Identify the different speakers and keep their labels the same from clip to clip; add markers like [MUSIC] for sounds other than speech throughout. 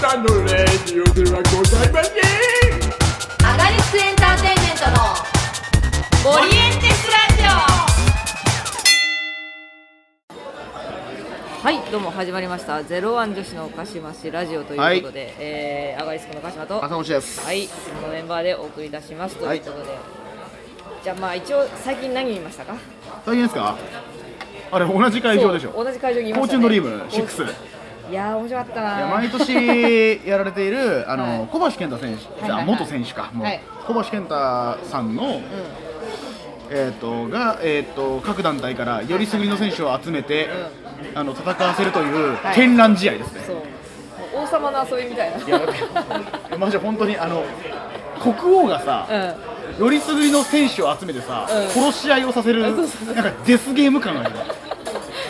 Speaker 1: さんのレディオではございません
Speaker 2: アガリスクエンターテインメントのオリエンテスラジオはいどうも始まりましたゼロワン女子の鹿島市ラジオということで、えー、アガリスクの鹿島と
Speaker 3: 赤星です。
Speaker 2: はいこのメンバーでお送りいたしますと
Speaker 3: はいいう
Speaker 2: ことで、じゃあまあ一応最近何見ましたか
Speaker 3: 最近ですか。あれ、同じ会場でしょ。
Speaker 2: そう同じ会場にいま
Speaker 3: フォ
Speaker 2: した、
Speaker 3: ーチ
Speaker 2: ね、
Speaker 3: ュンドリーム6。
Speaker 2: い
Speaker 3: い
Speaker 2: やー面白かったな
Speaker 3: や、毎年やられて
Speaker 2: [LAUGHS]
Speaker 3: いる、あ
Speaker 2: は
Speaker 3: の、
Speaker 2: い
Speaker 3: 小橋健太選手、
Speaker 2: はいはい
Speaker 3: あ元選手か、もう
Speaker 2: はい。
Speaker 3: 小橋健太さんの。えっとが、えっと各団体からよりすぐりの選手を集めて、あの戦わせるという
Speaker 2: はい
Speaker 3: 絢爛試合ですね、
Speaker 2: [LAUGHS] そうもう王様の遊びみたいない
Speaker 3: やだってマジで本当にあの国王がさ、
Speaker 2: うん
Speaker 3: よりすぐりの選手を集めてさ、
Speaker 2: うん
Speaker 3: 殺し合いをさせる、
Speaker 2: そうそうそう
Speaker 3: なんかデスゲーム感がある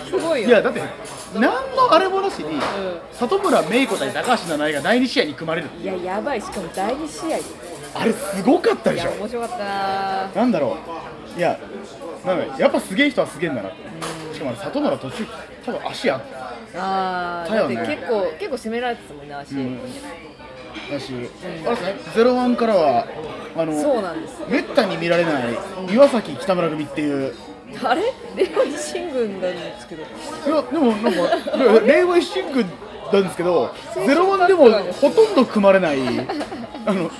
Speaker 2: すごいよ
Speaker 3: いやだって何のあれもなしに、
Speaker 2: ん
Speaker 3: 里村芽衣子対高橋七重が第2試合に組まれる
Speaker 2: いややばいしかも第2試合い
Speaker 3: あれすごかったでし
Speaker 2: や
Speaker 3: ょ
Speaker 2: 面白かったな
Speaker 3: なんだろういやなんだろうやっぱすげえ人はすげえんだなってしかもあれ里村途中多分足あった
Speaker 2: あー
Speaker 3: だ
Speaker 2: だっ
Speaker 3: よ
Speaker 2: て
Speaker 3: ね
Speaker 2: 結構結構攻められてたもんね足、
Speaker 3: んだし、あれですねゼロワンからはあの
Speaker 2: そうなんです
Speaker 3: めったに見られない岩崎北村組っていう
Speaker 2: あれ令和維新軍なんですけど
Speaker 3: いやでもなんか [LAUGHS] れ令和維新軍なんですけどゼロワンでもほとんど組まれないあの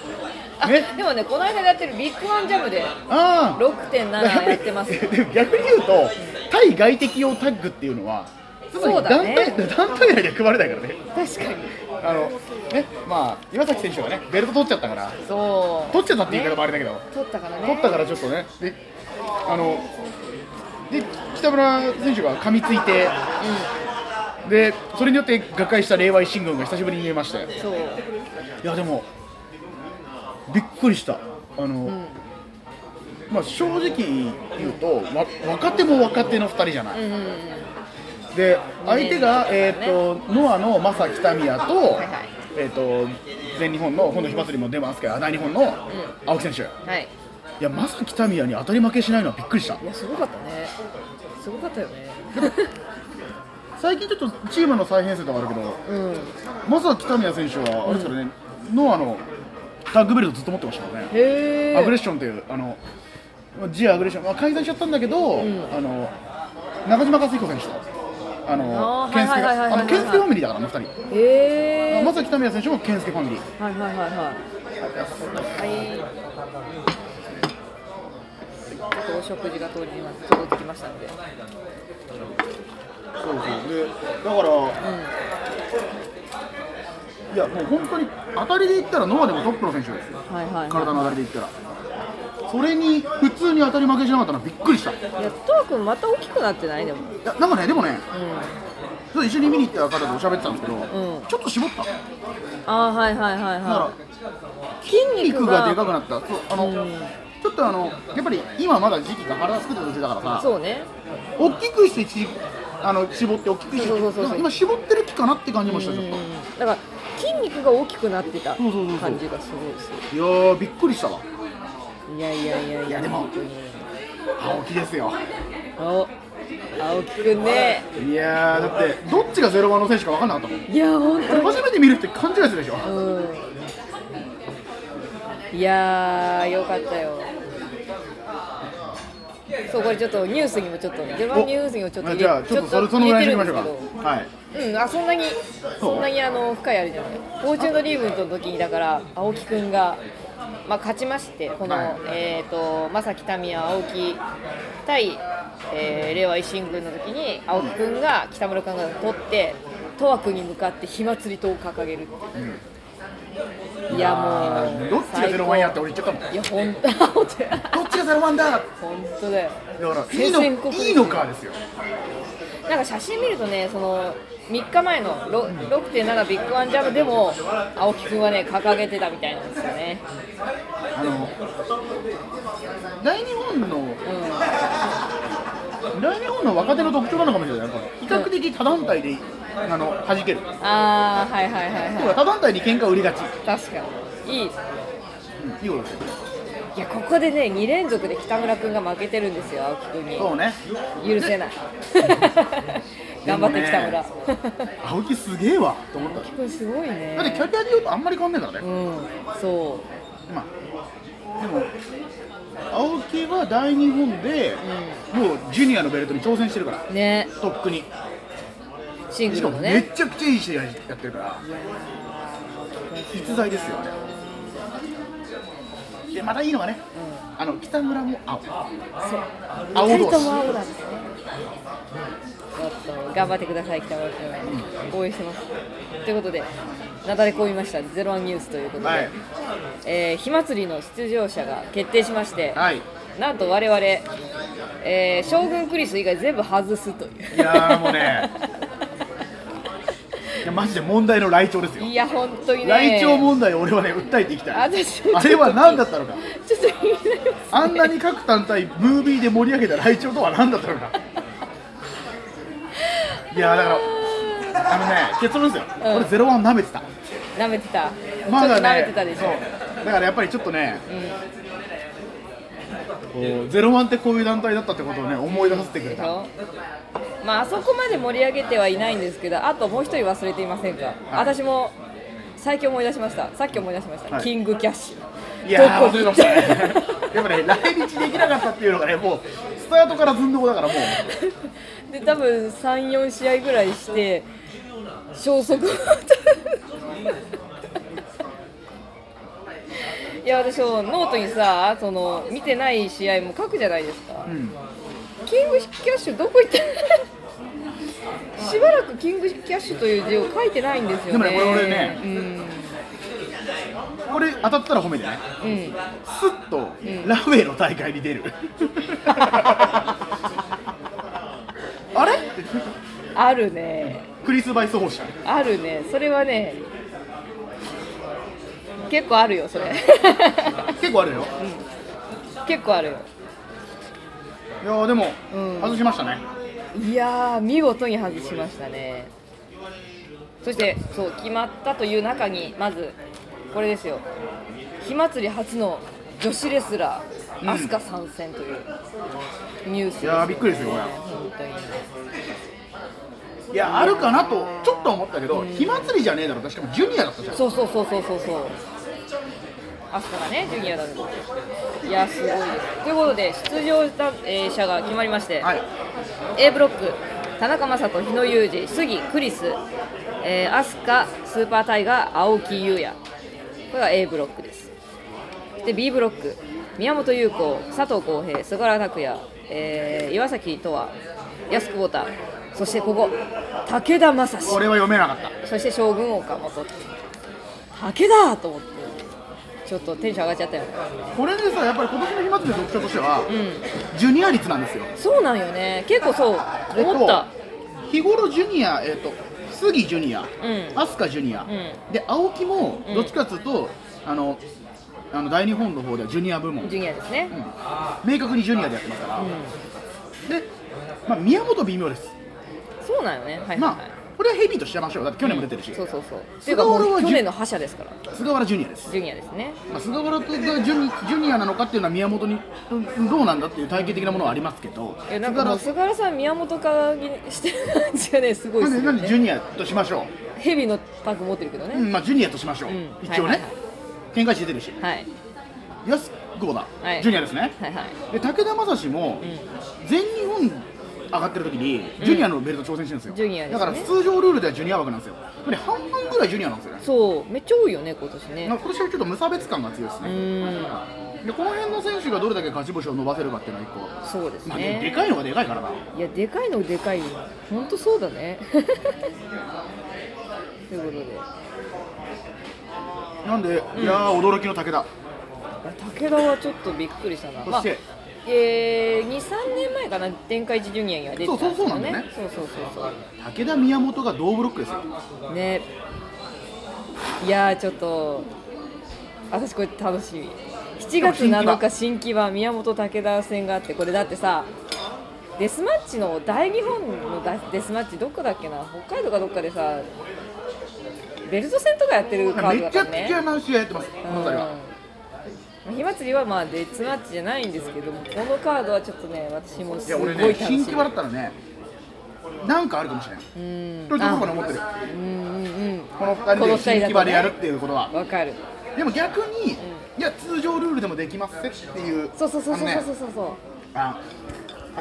Speaker 2: あ
Speaker 3: ね
Speaker 2: でもねこの間やってるビッグワンジャムで
Speaker 3: ああ
Speaker 2: 6.7やってます
Speaker 3: でも [LAUGHS] 逆に言うと対外敵用タッグっていうのはつまり
Speaker 2: そうだね
Speaker 3: 団体団体内では組まれないからね
Speaker 2: 確かに
Speaker 3: あのねまあ岩崎選手がねベルト取っちゃったから
Speaker 2: そう
Speaker 3: 取っちゃったって言い方もあれだけど、
Speaker 2: 取ったからね
Speaker 3: 取ったからちょっとねであので北村選手が噛みついてでそれによって瓦解した令和維新軍が久しぶりに見えましたよ
Speaker 2: そう
Speaker 3: いやでもびっくりしたあの、
Speaker 2: ん
Speaker 3: まあ正直言うとわ若手も若手の2人じゃない、
Speaker 2: うんうんうん
Speaker 3: で相手が、え
Speaker 2: ね
Speaker 3: ー、とノアの正木民也と,、
Speaker 2: はいはい
Speaker 3: えー、と全日本の本土火祭りも出ますけど大日本の青木選手、い
Speaker 2: はい
Speaker 3: や正木民也に当たり負けしないのはびっくりした
Speaker 2: いやすごかったねすごかったよ
Speaker 3: [LAUGHS]
Speaker 2: ね
Speaker 3: 最近ちょっとチームの再編成とかあるけど
Speaker 2: うん
Speaker 3: 正木民也選手はあれですからね、ノアのタッグベルトずっと持ってましたからね
Speaker 2: へえ
Speaker 3: アグレッションというあの G アグレッション、まあ、解散しちゃったんだけど、あの中島克彦選手とあ
Speaker 2: あ
Speaker 3: の
Speaker 2: ー
Speaker 3: 健介
Speaker 2: はいはいはい
Speaker 3: が
Speaker 2: はいはい
Speaker 3: あの健介ファミリーだからね2人
Speaker 2: へえ
Speaker 3: 正木民也選手も健介ファミリー
Speaker 2: はいはいはいはい。はい。ちょっとお食事が通りに届いてきましたので。
Speaker 3: そうそうでだから、いやもう本当に当たりで言ったらノアでもトップの選手ですよ
Speaker 2: はいはい、
Speaker 3: 体の当たりで言ったらそれに普通に当たり負けしなかったのはびっくりしたい
Speaker 2: い。や、トラ君また大きくなってないでも。
Speaker 3: やなんかねでもねちょっと一緒に見に行った方と喋ってたんですけど、
Speaker 2: うん
Speaker 3: ちょっと絞っただか
Speaker 2: あー、はいはいはい
Speaker 3: ら
Speaker 2: は、い。筋
Speaker 3: 筋
Speaker 2: 肉
Speaker 3: 肉
Speaker 2: が。
Speaker 3: がでかくなった、そうあの
Speaker 2: うん
Speaker 3: ちょっとあのやっぱり今まだ時期が体作ってる途中だからさ、
Speaker 2: そうね。
Speaker 3: 大きくしてちあの絞って、大きくして、
Speaker 2: そうそうそうそう
Speaker 3: 今、絞ってる気かなって感じました、ちょっと。
Speaker 2: うん。だから筋肉が大きくなってた
Speaker 3: そうそうそうそう
Speaker 2: 感じがすごいですよ。
Speaker 3: いやー、びっくりしたわ、
Speaker 2: いやいやいやい
Speaker 3: いやでも
Speaker 2: 本当に
Speaker 3: 青木ですよ。
Speaker 2: お、青木くんね。
Speaker 3: いやー、だって、どっちがゼロワンの選手か分かんなかったもん、
Speaker 2: いや本当に。
Speaker 3: 初めて見るって勘違いするでしょ、
Speaker 2: うんいやーよかったよそうこれちょっとニュースにもちょっとゼロ
Speaker 3: お
Speaker 2: ニュースにもちょっと入れ
Speaker 3: じゃあ、ちょっとそれ、そのぐらいにしましょうか、はい、
Speaker 2: 入れてるんですけどうんあそんなに
Speaker 3: そう
Speaker 2: そんなにあの深いあれじゃないフォーチュンドリーブの時にだから青木くんがまあ勝ちましてこの、
Speaker 3: はい
Speaker 2: えっ、と正木民也青木対、えー、令和維新軍の時に青木くんが北村君が取って十和君に向かって火祭り灯を掲げるっていういやもう
Speaker 3: どっちがゼロワンやって、俺、言っちゃったもん、
Speaker 2: いやほん本当だ
Speaker 3: どっちがゼロワンだ、だか
Speaker 2: [LAUGHS] 本当だよ
Speaker 3: ら、いいの
Speaker 2: 宣戦布告
Speaker 3: いいのかですよ。
Speaker 2: なんか写真見るとねその3日前のろ6.7ビッグワンジャムでも青木くんはね掲げてたみたいなんですよね
Speaker 3: あの大日本の
Speaker 2: う
Speaker 3: 大日本の若手の特徴なのかもしれないこれ比較的他団体であの弾ける
Speaker 2: んああはいはいはい
Speaker 3: ほら
Speaker 2: は
Speaker 3: 他団体に喧嘩売りが
Speaker 2: い
Speaker 3: ち、
Speaker 2: 確かにいい
Speaker 3: いいことですよ
Speaker 2: いやここでね2連続で北村君が負けてるんですよ青木君に
Speaker 3: そうね
Speaker 2: 許せない頑張って北村、
Speaker 3: 青木すげえわと思った
Speaker 2: 青木君 [LAUGHS] すごいね
Speaker 3: だってキャリアで言うとあんまり変わんないから
Speaker 2: う
Speaker 3: ね、
Speaker 2: んそ
Speaker 3: まあでも青木は大日本で、もうジュニアのベルトに挑戦してるから
Speaker 2: うね
Speaker 3: とっくに
Speaker 2: シング
Speaker 3: し
Speaker 2: ル
Speaker 3: か
Speaker 2: の
Speaker 3: もめ
Speaker 2: ね
Speaker 3: ちゃくちゃいい試合やってるから逸材ですよねでまたいいのがね、あの北村も青
Speaker 2: そう
Speaker 3: 青
Speaker 2: 二人
Speaker 3: 同
Speaker 2: と
Speaker 3: 士
Speaker 2: も青だったねちょっと頑張ってください北村君応援してますということでなだれ込みました「ゼロワンニュースということで、
Speaker 3: はい
Speaker 2: えー火祭りの出場者が決定しまして、
Speaker 3: はい
Speaker 2: なんと我々、えー将軍クリス以外全部外すという
Speaker 3: いやーもうねいやマジで問題の来庁ですよ
Speaker 2: [LAUGHS] いや本当にね
Speaker 3: 来庁問題を俺はね訴えていきたい
Speaker 2: あ
Speaker 3: あ
Speaker 2: 私もちょっと
Speaker 3: れは何だったのか
Speaker 2: ちょっと気になります
Speaker 3: あんなに各単体ムービーで盛り上げた来庁とは何だったの
Speaker 2: [LAUGHS]
Speaker 3: かいやーだからあのね結論ですよ、
Speaker 2: うん
Speaker 3: 俺ゼロワン舐めてた
Speaker 2: 舐めてた、
Speaker 3: ま
Speaker 2: ちょっ
Speaker 3: だ
Speaker 2: と舐め
Speaker 3: ね
Speaker 2: てたでしょ
Speaker 3: そうだからやっぱりちょっとね、こうゼロワンってこういう団体だったってことをね思い出させてくれ
Speaker 2: でしたょまああそこまで盛り上げてはいないんですけどあともう一人忘れていませんか、私も最近思い出しましたさっき思い出しました、
Speaker 3: はい
Speaker 2: キングキャッシュ
Speaker 3: いやー忘れて
Speaker 2: ど
Speaker 3: ま
Speaker 2: こ
Speaker 3: したね
Speaker 2: 行っ
Speaker 3: やっぱね [LAUGHS] 来日できなかったっていうのがねもうスタートからずんどこだからもう
Speaker 2: たで多分34試合ぐらいして消息を [LAUGHS] いや私もノートにさその見てない試合も書くじゃないですか、
Speaker 3: ん
Speaker 2: キングキャッシュどこ行った [LAUGHS] しばらくキングキャッシュという字を書いてないんですよね
Speaker 3: でもねこれ俺ね
Speaker 2: うん
Speaker 3: これ当たったら褒めてね
Speaker 2: うん
Speaker 3: スッとラフェの大会に
Speaker 2: [LAUGHS]
Speaker 3: 出る、あれ
Speaker 2: あるね
Speaker 3: クリス・バイス方式
Speaker 2: あるねそれはね結構あるよそれ
Speaker 3: 結構あるよ
Speaker 2: 結構あるよ
Speaker 3: いやーでも、
Speaker 2: うん
Speaker 3: 外しましたね
Speaker 2: いやー見事に外しましたねそしてそう決まったという中にまずこれですよ火祭り初の女子レスラ
Speaker 3: うん
Speaker 2: ー飛鳥参戦というニュースです
Speaker 3: い
Speaker 2: よ
Speaker 3: やーびっくりですよこれ
Speaker 2: 本当に
Speaker 3: いやあるかなとちょっと思ったけど、火祭りじゃねえだろ確かもジュニアだったじゃん
Speaker 2: そうそうそうそうそうそうアスカがねジュニアだねいやすごいですということで出場した、えー者が決まりまして、
Speaker 3: はい
Speaker 2: A ブロック田中将人日野裕二杉クリス、えー、アスカスーパータイガー青木優也これが A ブロックですで B ブロック宮本優子佐藤浩平菅原拓也、えー岩崎とは安久保田そしてここ武田正史
Speaker 3: これは読めなかった
Speaker 2: そして将軍岡本武田と思ってちょっとテンション上がっちゃったよね
Speaker 3: これでさやっぱり今年の火祭りの特徴としては、ジュニア率なんですよ
Speaker 2: そうなんよね結構そう思った、
Speaker 3: えっと、日頃ジュニアえっ、と杉ジュニア、
Speaker 2: ん
Speaker 3: アスカジュニア、
Speaker 2: ん
Speaker 3: で青木も
Speaker 2: ん
Speaker 3: どっちかっていうと、あのあの大日本の方ではジュニア部門、うん
Speaker 2: ジュニアですね、
Speaker 3: 明確にジュニアでやってますから、で、まあ、宮本微妙です、
Speaker 2: そうなんよねはいはい、はい
Speaker 3: まあこれはヘビーとしちゃいましょうだって去年も出てるし、
Speaker 2: そうそうそうってい
Speaker 3: 菅
Speaker 2: うか
Speaker 3: 原
Speaker 2: も
Speaker 3: は
Speaker 2: う去
Speaker 3: ジュ
Speaker 2: 年の覇者ですから
Speaker 3: 菅原ジュニアです
Speaker 2: ジュニアですね
Speaker 3: まあ、菅原とがジュニジュニアなのかっていうのは宮本にうんどうなんだっていう体系的なものはありますけど、
Speaker 2: いやなんかもう菅原さん宮本化にしてる感じがねすごい
Speaker 3: な
Speaker 2: で
Speaker 3: ん
Speaker 2: す
Speaker 3: で
Speaker 2: よ
Speaker 3: なんでジュ
Speaker 2: ね
Speaker 3: ニアとしましょ
Speaker 2: ヘビのタッグ持ってるけど
Speaker 3: う、う
Speaker 2: ね
Speaker 3: んまあ、ジュニアとしましょう、
Speaker 2: うん
Speaker 3: 一応ね、
Speaker 2: はいはいはい
Speaker 3: 展開して出てるし、
Speaker 2: はい
Speaker 3: 安久保田、
Speaker 2: はい
Speaker 3: ジュニアですね、
Speaker 2: はいはい
Speaker 3: で武田正史も、全日本上がってる時に、ジュニアのベルト挑戦してるんですよ、
Speaker 2: ジュニアですね
Speaker 3: だから通常ルールではジュニア枠なんですよ、やっぱり半分ぐらいジュニアなんですよね、
Speaker 2: そうめっちゃ多いよね今年ね
Speaker 3: なんか今年はちょっと無差別感が強いです
Speaker 2: う
Speaker 3: ね、
Speaker 2: ーん
Speaker 3: でこの辺の選手がどれだけ勝ち星を伸ばせるかっていうのは一個、
Speaker 2: そうですね、
Speaker 3: まあね、でかいのがでかいからな。
Speaker 2: いやでかいのでかいよほんとそうだね [LAUGHS] ということで
Speaker 3: なんで、いやー、驚きの武田、
Speaker 2: 武田はちょっとびっくりしたな
Speaker 3: そして
Speaker 2: まあえー、23年前かな天下一ジュニアには出てたんです
Speaker 3: そうそ
Speaker 2: よ
Speaker 3: うそうなんだ
Speaker 2: ね
Speaker 3: よね
Speaker 2: そうそうそう
Speaker 3: 武田宮本が同ブロックですよ、
Speaker 2: そうねいやーちょっと私これ楽しみ7月7日新木場宮本武田戦があってこれだってさデスマッチの大日本のだデスマッチどこだっけな北海道かどっかでさベルト戦とかやってるカード
Speaker 3: め
Speaker 2: だっ
Speaker 3: ち
Speaker 2: た
Speaker 3: ゃ
Speaker 2: の
Speaker 3: く
Speaker 2: ね
Speaker 3: ちゃな試合やってます、この辺りは。
Speaker 2: う火祭りはまあデッツマッチじゃないんですけどもこのカードはちょっとね私も
Speaker 3: い
Speaker 2: す
Speaker 3: や
Speaker 2: ごい
Speaker 3: 俺
Speaker 2: 楽
Speaker 3: ね
Speaker 2: しみ
Speaker 3: 新規場だったらねなんかあるかもしれないというところから思ってる
Speaker 2: うんうん
Speaker 3: この2人
Speaker 2: この
Speaker 3: で
Speaker 2: 二人だと
Speaker 3: 新
Speaker 2: ね
Speaker 3: 規場でやるっていうことは
Speaker 2: うんわかる
Speaker 3: でも逆にいや通常ルールでもできますっていう
Speaker 2: そうそうそうそう
Speaker 3: あの
Speaker 2: そう
Speaker 3: ね
Speaker 2: そうそう
Speaker 3: あ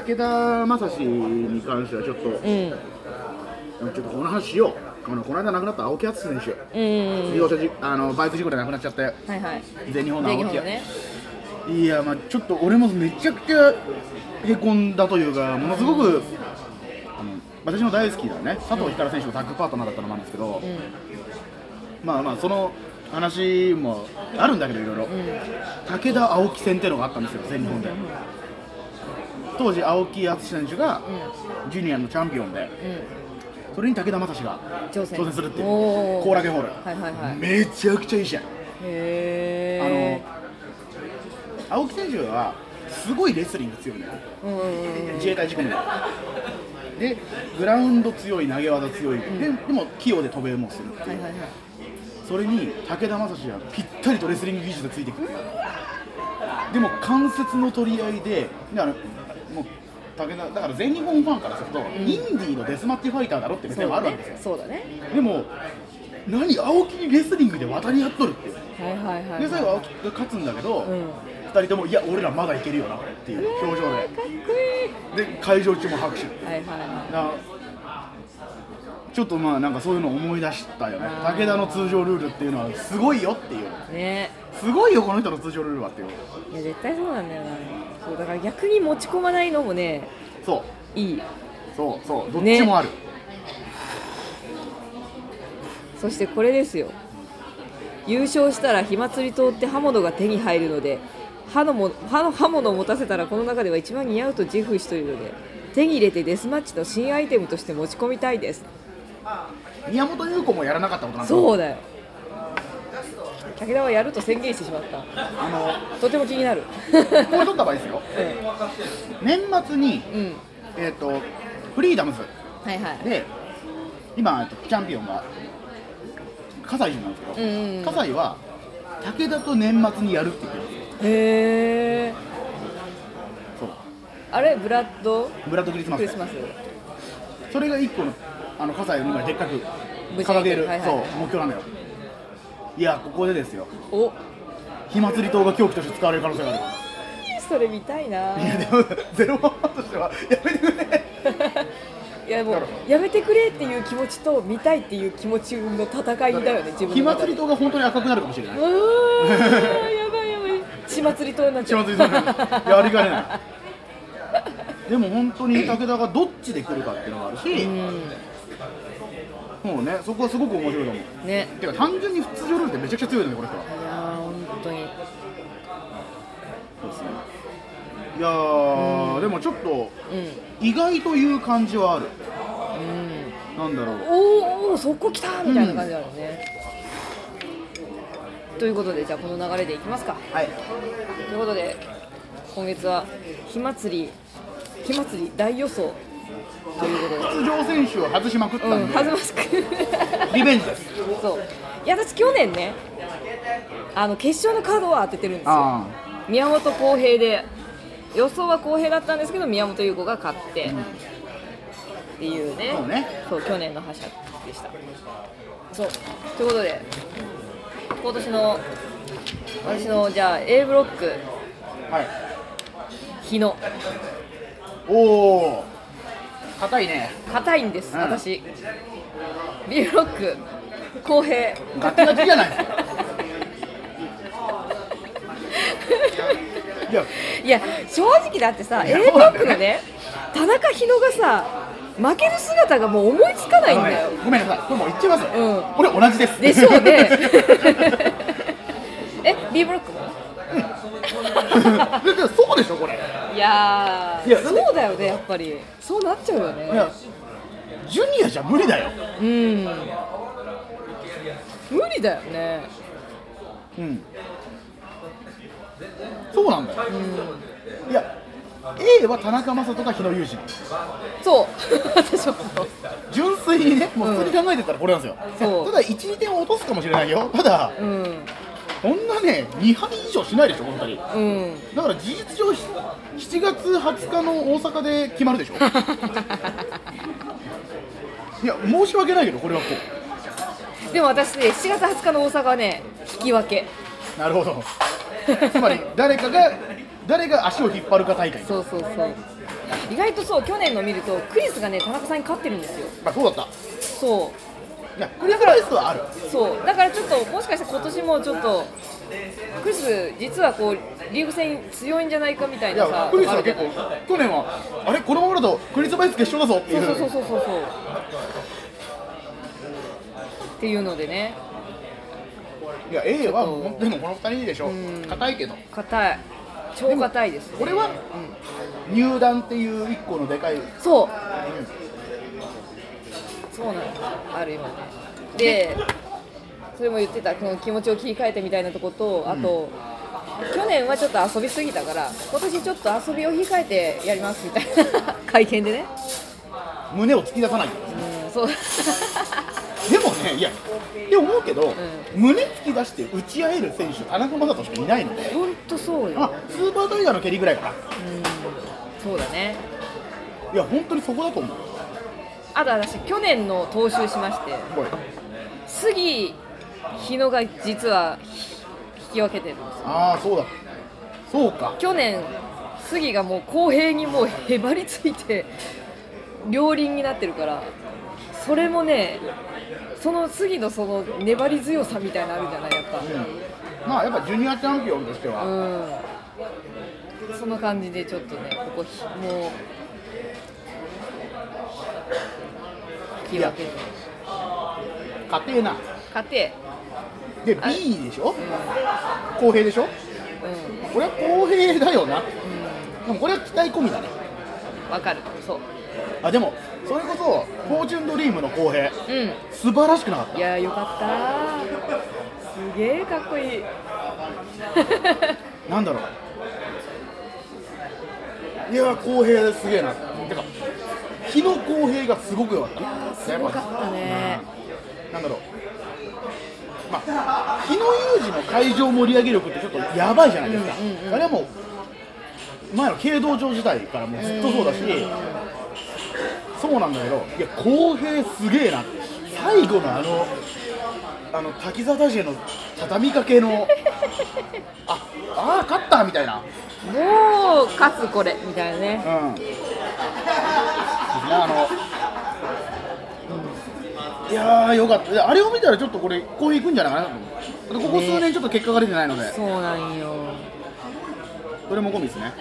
Speaker 3: 武田正史に関してはちょっと、
Speaker 2: うん
Speaker 3: ちょっとこの話しようあのこの間亡くなった青木篤選手
Speaker 2: うんうんうん
Speaker 3: 自動車じあのバイク事故で亡くなっちゃって
Speaker 2: はいはい
Speaker 3: 全日本の
Speaker 2: で
Speaker 3: 青
Speaker 2: 日本
Speaker 3: 木
Speaker 2: のね
Speaker 3: いやまあちょっと俺もめちゃくちゃへこんだというかものすごく、あの私の大好きなね佐藤ひかる選手のタッグパートナーだったのもあるんですけど、まあまあその話もあるんだけどいろいろ、武田青木戦っていうのがあったんですよ全日本で、当時青木淳選手がジュニアのチャンピオンで、それに武田正史が
Speaker 2: 挑
Speaker 3: 挑
Speaker 2: 戦
Speaker 3: 戦するっていう
Speaker 2: おー
Speaker 3: 後楽園ホール、
Speaker 2: はいはいはい
Speaker 3: めちゃくちゃいい試合あの
Speaker 2: へ
Speaker 3: 青木選手はすごいレスリング強いのよ、
Speaker 2: えうんうんうん
Speaker 3: 自衛隊仕込みででグラウンド強い投げ技強い、ででも器用で飛べもする
Speaker 2: はいはいはい
Speaker 3: それに武田正史はぴったりとレスリング技術がついてくるでも関節の取り合いでだからもう武田だから全日本ファンからすると、インディーのデスマッチファイターだろって目線もあるわけですよ
Speaker 2: そうだね
Speaker 3: でも何青木にレスリングで渡り合っとるっていう
Speaker 2: そうだねはいはいはい
Speaker 3: で最後青木が勝つんだけど、
Speaker 2: うん
Speaker 3: 2人ともいや俺らまだいけるよなっていう表情
Speaker 2: かっこい
Speaker 3: でで会場中も拍手
Speaker 2: いはいはいはい
Speaker 3: なちょっとまあなんかそういうのを思い出したよね
Speaker 2: あー
Speaker 3: 武田の通常ルールっていうのはすごいよっていう
Speaker 2: ね
Speaker 3: すごいよこの人の通常ルールはっていう
Speaker 2: いや絶対そうなんだよなそうだから逆に持ち込まないのもね
Speaker 3: そう
Speaker 2: いい
Speaker 3: そうそうどっ
Speaker 2: ね
Speaker 3: ちもある、
Speaker 2: そしてこれですよ優勝したら火祭り党って刃物が手に入るので刃のも刃の刃物を持たせたらこの中では一番似合うと自負しているので手に入れてデスマッチの新アイテムとして持ち込みたいです
Speaker 3: 宮本優子もやらなかったことなんだ
Speaker 2: そうだよ武田はやると宣言してしまった
Speaker 3: あ
Speaker 2: とても気にな
Speaker 3: [LAUGHS]
Speaker 2: る
Speaker 3: のこれ取った場合ですよ年末に
Speaker 2: うん、うん、
Speaker 3: えっ、とフリーダムズ
Speaker 2: はいはい
Speaker 3: で今えっとチャンピオンが葛西なんですけ
Speaker 2: う
Speaker 3: ど、
Speaker 2: んうんうん
Speaker 3: 葛西は武田と年末にやるって言ってるんですよ
Speaker 2: へえ
Speaker 3: そう
Speaker 2: あれブラッド
Speaker 3: ブラッドクリスマス
Speaker 2: ク
Speaker 3: で
Speaker 2: リスマス
Speaker 3: それが一個のあの葛西の今でっかく
Speaker 2: ぶち上
Speaker 3: 掲
Speaker 2: げ
Speaker 3: げ
Speaker 2: てる
Speaker 3: る、
Speaker 2: はいはい
Speaker 3: そう目標なんだよいやここでですよ
Speaker 2: お
Speaker 3: 火祭り党が凶器として使われる可能性があ
Speaker 2: それ見たいな
Speaker 3: [LAUGHS] るいやでもゼロワンファンとしてはやめてくれ
Speaker 2: いやもうやめてくれっていう気持ちと見たいっていう気持ちの戦いだよね自
Speaker 3: 火
Speaker 2: 分の中
Speaker 3: 祭
Speaker 2: で
Speaker 3: り党が本当に赤くなるかもしれな
Speaker 2: う
Speaker 3: い
Speaker 2: わーやばい
Speaker 3: [LAUGHS]
Speaker 2: やばい血祭り党になっち
Speaker 3: 火
Speaker 2: ゃう
Speaker 3: 祭り党がいやあ
Speaker 2: [LAUGHS]
Speaker 3: りかねないでも本当に武田がどっちで来るかっていうのがあるし、もうねそこはすごく面白いと思う
Speaker 2: ね
Speaker 3: てか単純に普通常ルールってめちゃくちゃ強いよねこの人はい
Speaker 2: やー本当に
Speaker 3: そうですねいやー、でもちょっと
Speaker 2: う
Speaker 3: 意外という感じはある、なんだろ
Speaker 2: ん
Speaker 3: う
Speaker 2: おーおーそこ来たみたいな感じだよね、ということでじゃあこの流れでいきますか
Speaker 3: はい
Speaker 2: ということで今月は火祭り火祭り大予想ということ
Speaker 3: 出場選手を外しまくった
Speaker 2: でうんん
Speaker 3: で、
Speaker 2: 恥ずましく
Speaker 3: リベンジです
Speaker 2: そういや私去年ねあの決勝のカードは当ててるんですよ
Speaker 3: あ
Speaker 2: 宮本浩平で予想は浩平だったんですけど宮本優子が勝って、っていうね
Speaker 3: そうね
Speaker 2: そう去年の覇者でしたそうということで今年の私のじゃあ A ブロック
Speaker 3: あはい
Speaker 2: 日野
Speaker 3: おお硬いね
Speaker 2: 硬いんです、
Speaker 3: うん
Speaker 2: 私 B ブロック浩平
Speaker 3: ガチガチじゃないですかいや
Speaker 2: [LAUGHS] いや正直だってさ
Speaker 3: いや
Speaker 2: A ブロックのね田中日野がさ負ける姿がもう思いつかないんだよ
Speaker 3: ごめんなさいこれもう言っちゃいますよ、
Speaker 2: うん
Speaker 3: これ同じです
Speaker 2: でしょうね [LAUGHS] え B ブロックも
Speaker 3: [LAUGHS] だってそうでしょこれ
Speaker 2: いやー
Speaker 3: いやだって
Speaker 2: そうだよねやっぱりそうなっちゃうよ
Speaker 3: い
Speaker 2: ね
Speaker 3: やジュニアじゃ無理だよ
Speaker 2: うん無理だよね
Speaker 3: うんそうなんだよ、いや A は田中将人か日野裕二
Speaker 2: そう私もそう [LAUGHS]
Speaker 3: 純粋にねもう普通に考えてたらこれなんですよ、
Speaker 2: そう
Speaker 3: ただ12点を落とすかもしれないよただ
Speaker 2: うん
Speaker 3: そんなね2敗以上しないでしょこの2人
Speaker 2: うん
Speaker 3: だから事実上ひ7月20日の大阪で決まるでしょ [LAUGHS] いや申し訳ないけどこれはこ
Speaker 2: でも私ね7月20日の大阪はね引き分け
Speaker 3: うなるほどつまり誰かが誰が足を引っ張るか大会
Speaker 2: [LAUGHS] そうそうそう意外とそう去年の見るとクリスがね田中さんに勝ってるんですよ
Speaker 3: まあそうだった
Speaker 2: そ
Speaker 3: いやクリスマスはある
Speaker 2: うそうだからちょっともしかして今年もちょっとクリス実はこうリーグ戦強いんじゃないかみたい
Speaker 3: い
Speaker 2: なさ
Speaker 3: やクリスは
Speaker 2: ある
Speaker 3: 結構去年はあれこのままだとクリスマス決勝だぞってい
Speaker 2: そううそうそうそうそうそうっていうのでね
Speaker 3: いや A は
Speaker 2: ちょっと
Speaker 3: でもこの2人でしょ硬いけど
Speaker 2: 硬い超硬いですね
Speaker 3: これは入団っていう1個のでかい
Speaker 2: そう、そうなのある今ねでそれも言ってたこの気持ちを切り替えてみたいなとことあと、去年はちょっと遊びすぎたから今年ちょっと遊びを控えてやりますみたいな会見でね
Speaker 3: 胸を突き出さない
Speaker 2: うんそう
Speaker 3: でもねいやって思うけど胸突き出して打ち合える選手田中将人しかいないので
Speaker 2: [LAUGHS] 本当そうよ
Speaker 3: あスーパータイガーの蹴りぐらいか
Speaker 2: そうだね
Speaker 3: ないや本当にそこだと思う
Speaker 2: あと私去年の踏襲しまして
Speaker 3: これ
Speaker 2: 杉日野が実はひ引き分けてるんです
Speaker 3: ああそうだそうか
Speaker 2: 去年杉がもう公平にもうへばりついて両輪になってるからそれもねその杉のその粘り強さみたいなのあるじゃないやっ
Speaker 3: うんまあやっぱジュニアチャンピオンとして
Speaker 2: ぱ
Speaker 3: は
Speaker 2: うんその感じでちょっとねここひもう引き分けて
Speaker 3: 勝てえな
Speaker 2: 勝て
Speaker 3: で
Speaker 2: あ
Speaker 3: B でしょ公平でしょ
Speaker 2: う
Speaker 3: これは公平だよなでもこれは期待込みだね
Speaker 2: んわかるそう
Speaker 3: あでもそれこそ「フォーチュンドリーム」の公平
Speaker 2: うん
Speaker 3: 素晴らしくなかっ
Speaker 2: いやーよかったーすげえかっこいい
Speaker 3: たなんだろういや公平ですげえなてか日の公平がすごく良かった
Speaker 2: いやーすごかったね
Speaker 3: うんなんだろうまあ日野裕二の会場盛り上げ力ってちょっとやばいじゃないですか、
Speaker 2: うんうんうん
Speaker 3: あれはもう前の軽道場時代からもうずっとそうだし、そうなんだけどいや公平すげえなって最後のあのあの滝沢大志への畳みかけのああー勝ったみたい
Speaker 2: も
Speaker 3: な
Speaker 2: う勝つこれみたいなね
Speaker 3: うん。あの。いやーよかったいやあれを見たらちょっとこれこういくんじゃないかなと思うだってここ数年ちょっと結果が出てないので
Speaker 2: そうなんよ
Speaker 3: それも込みですね、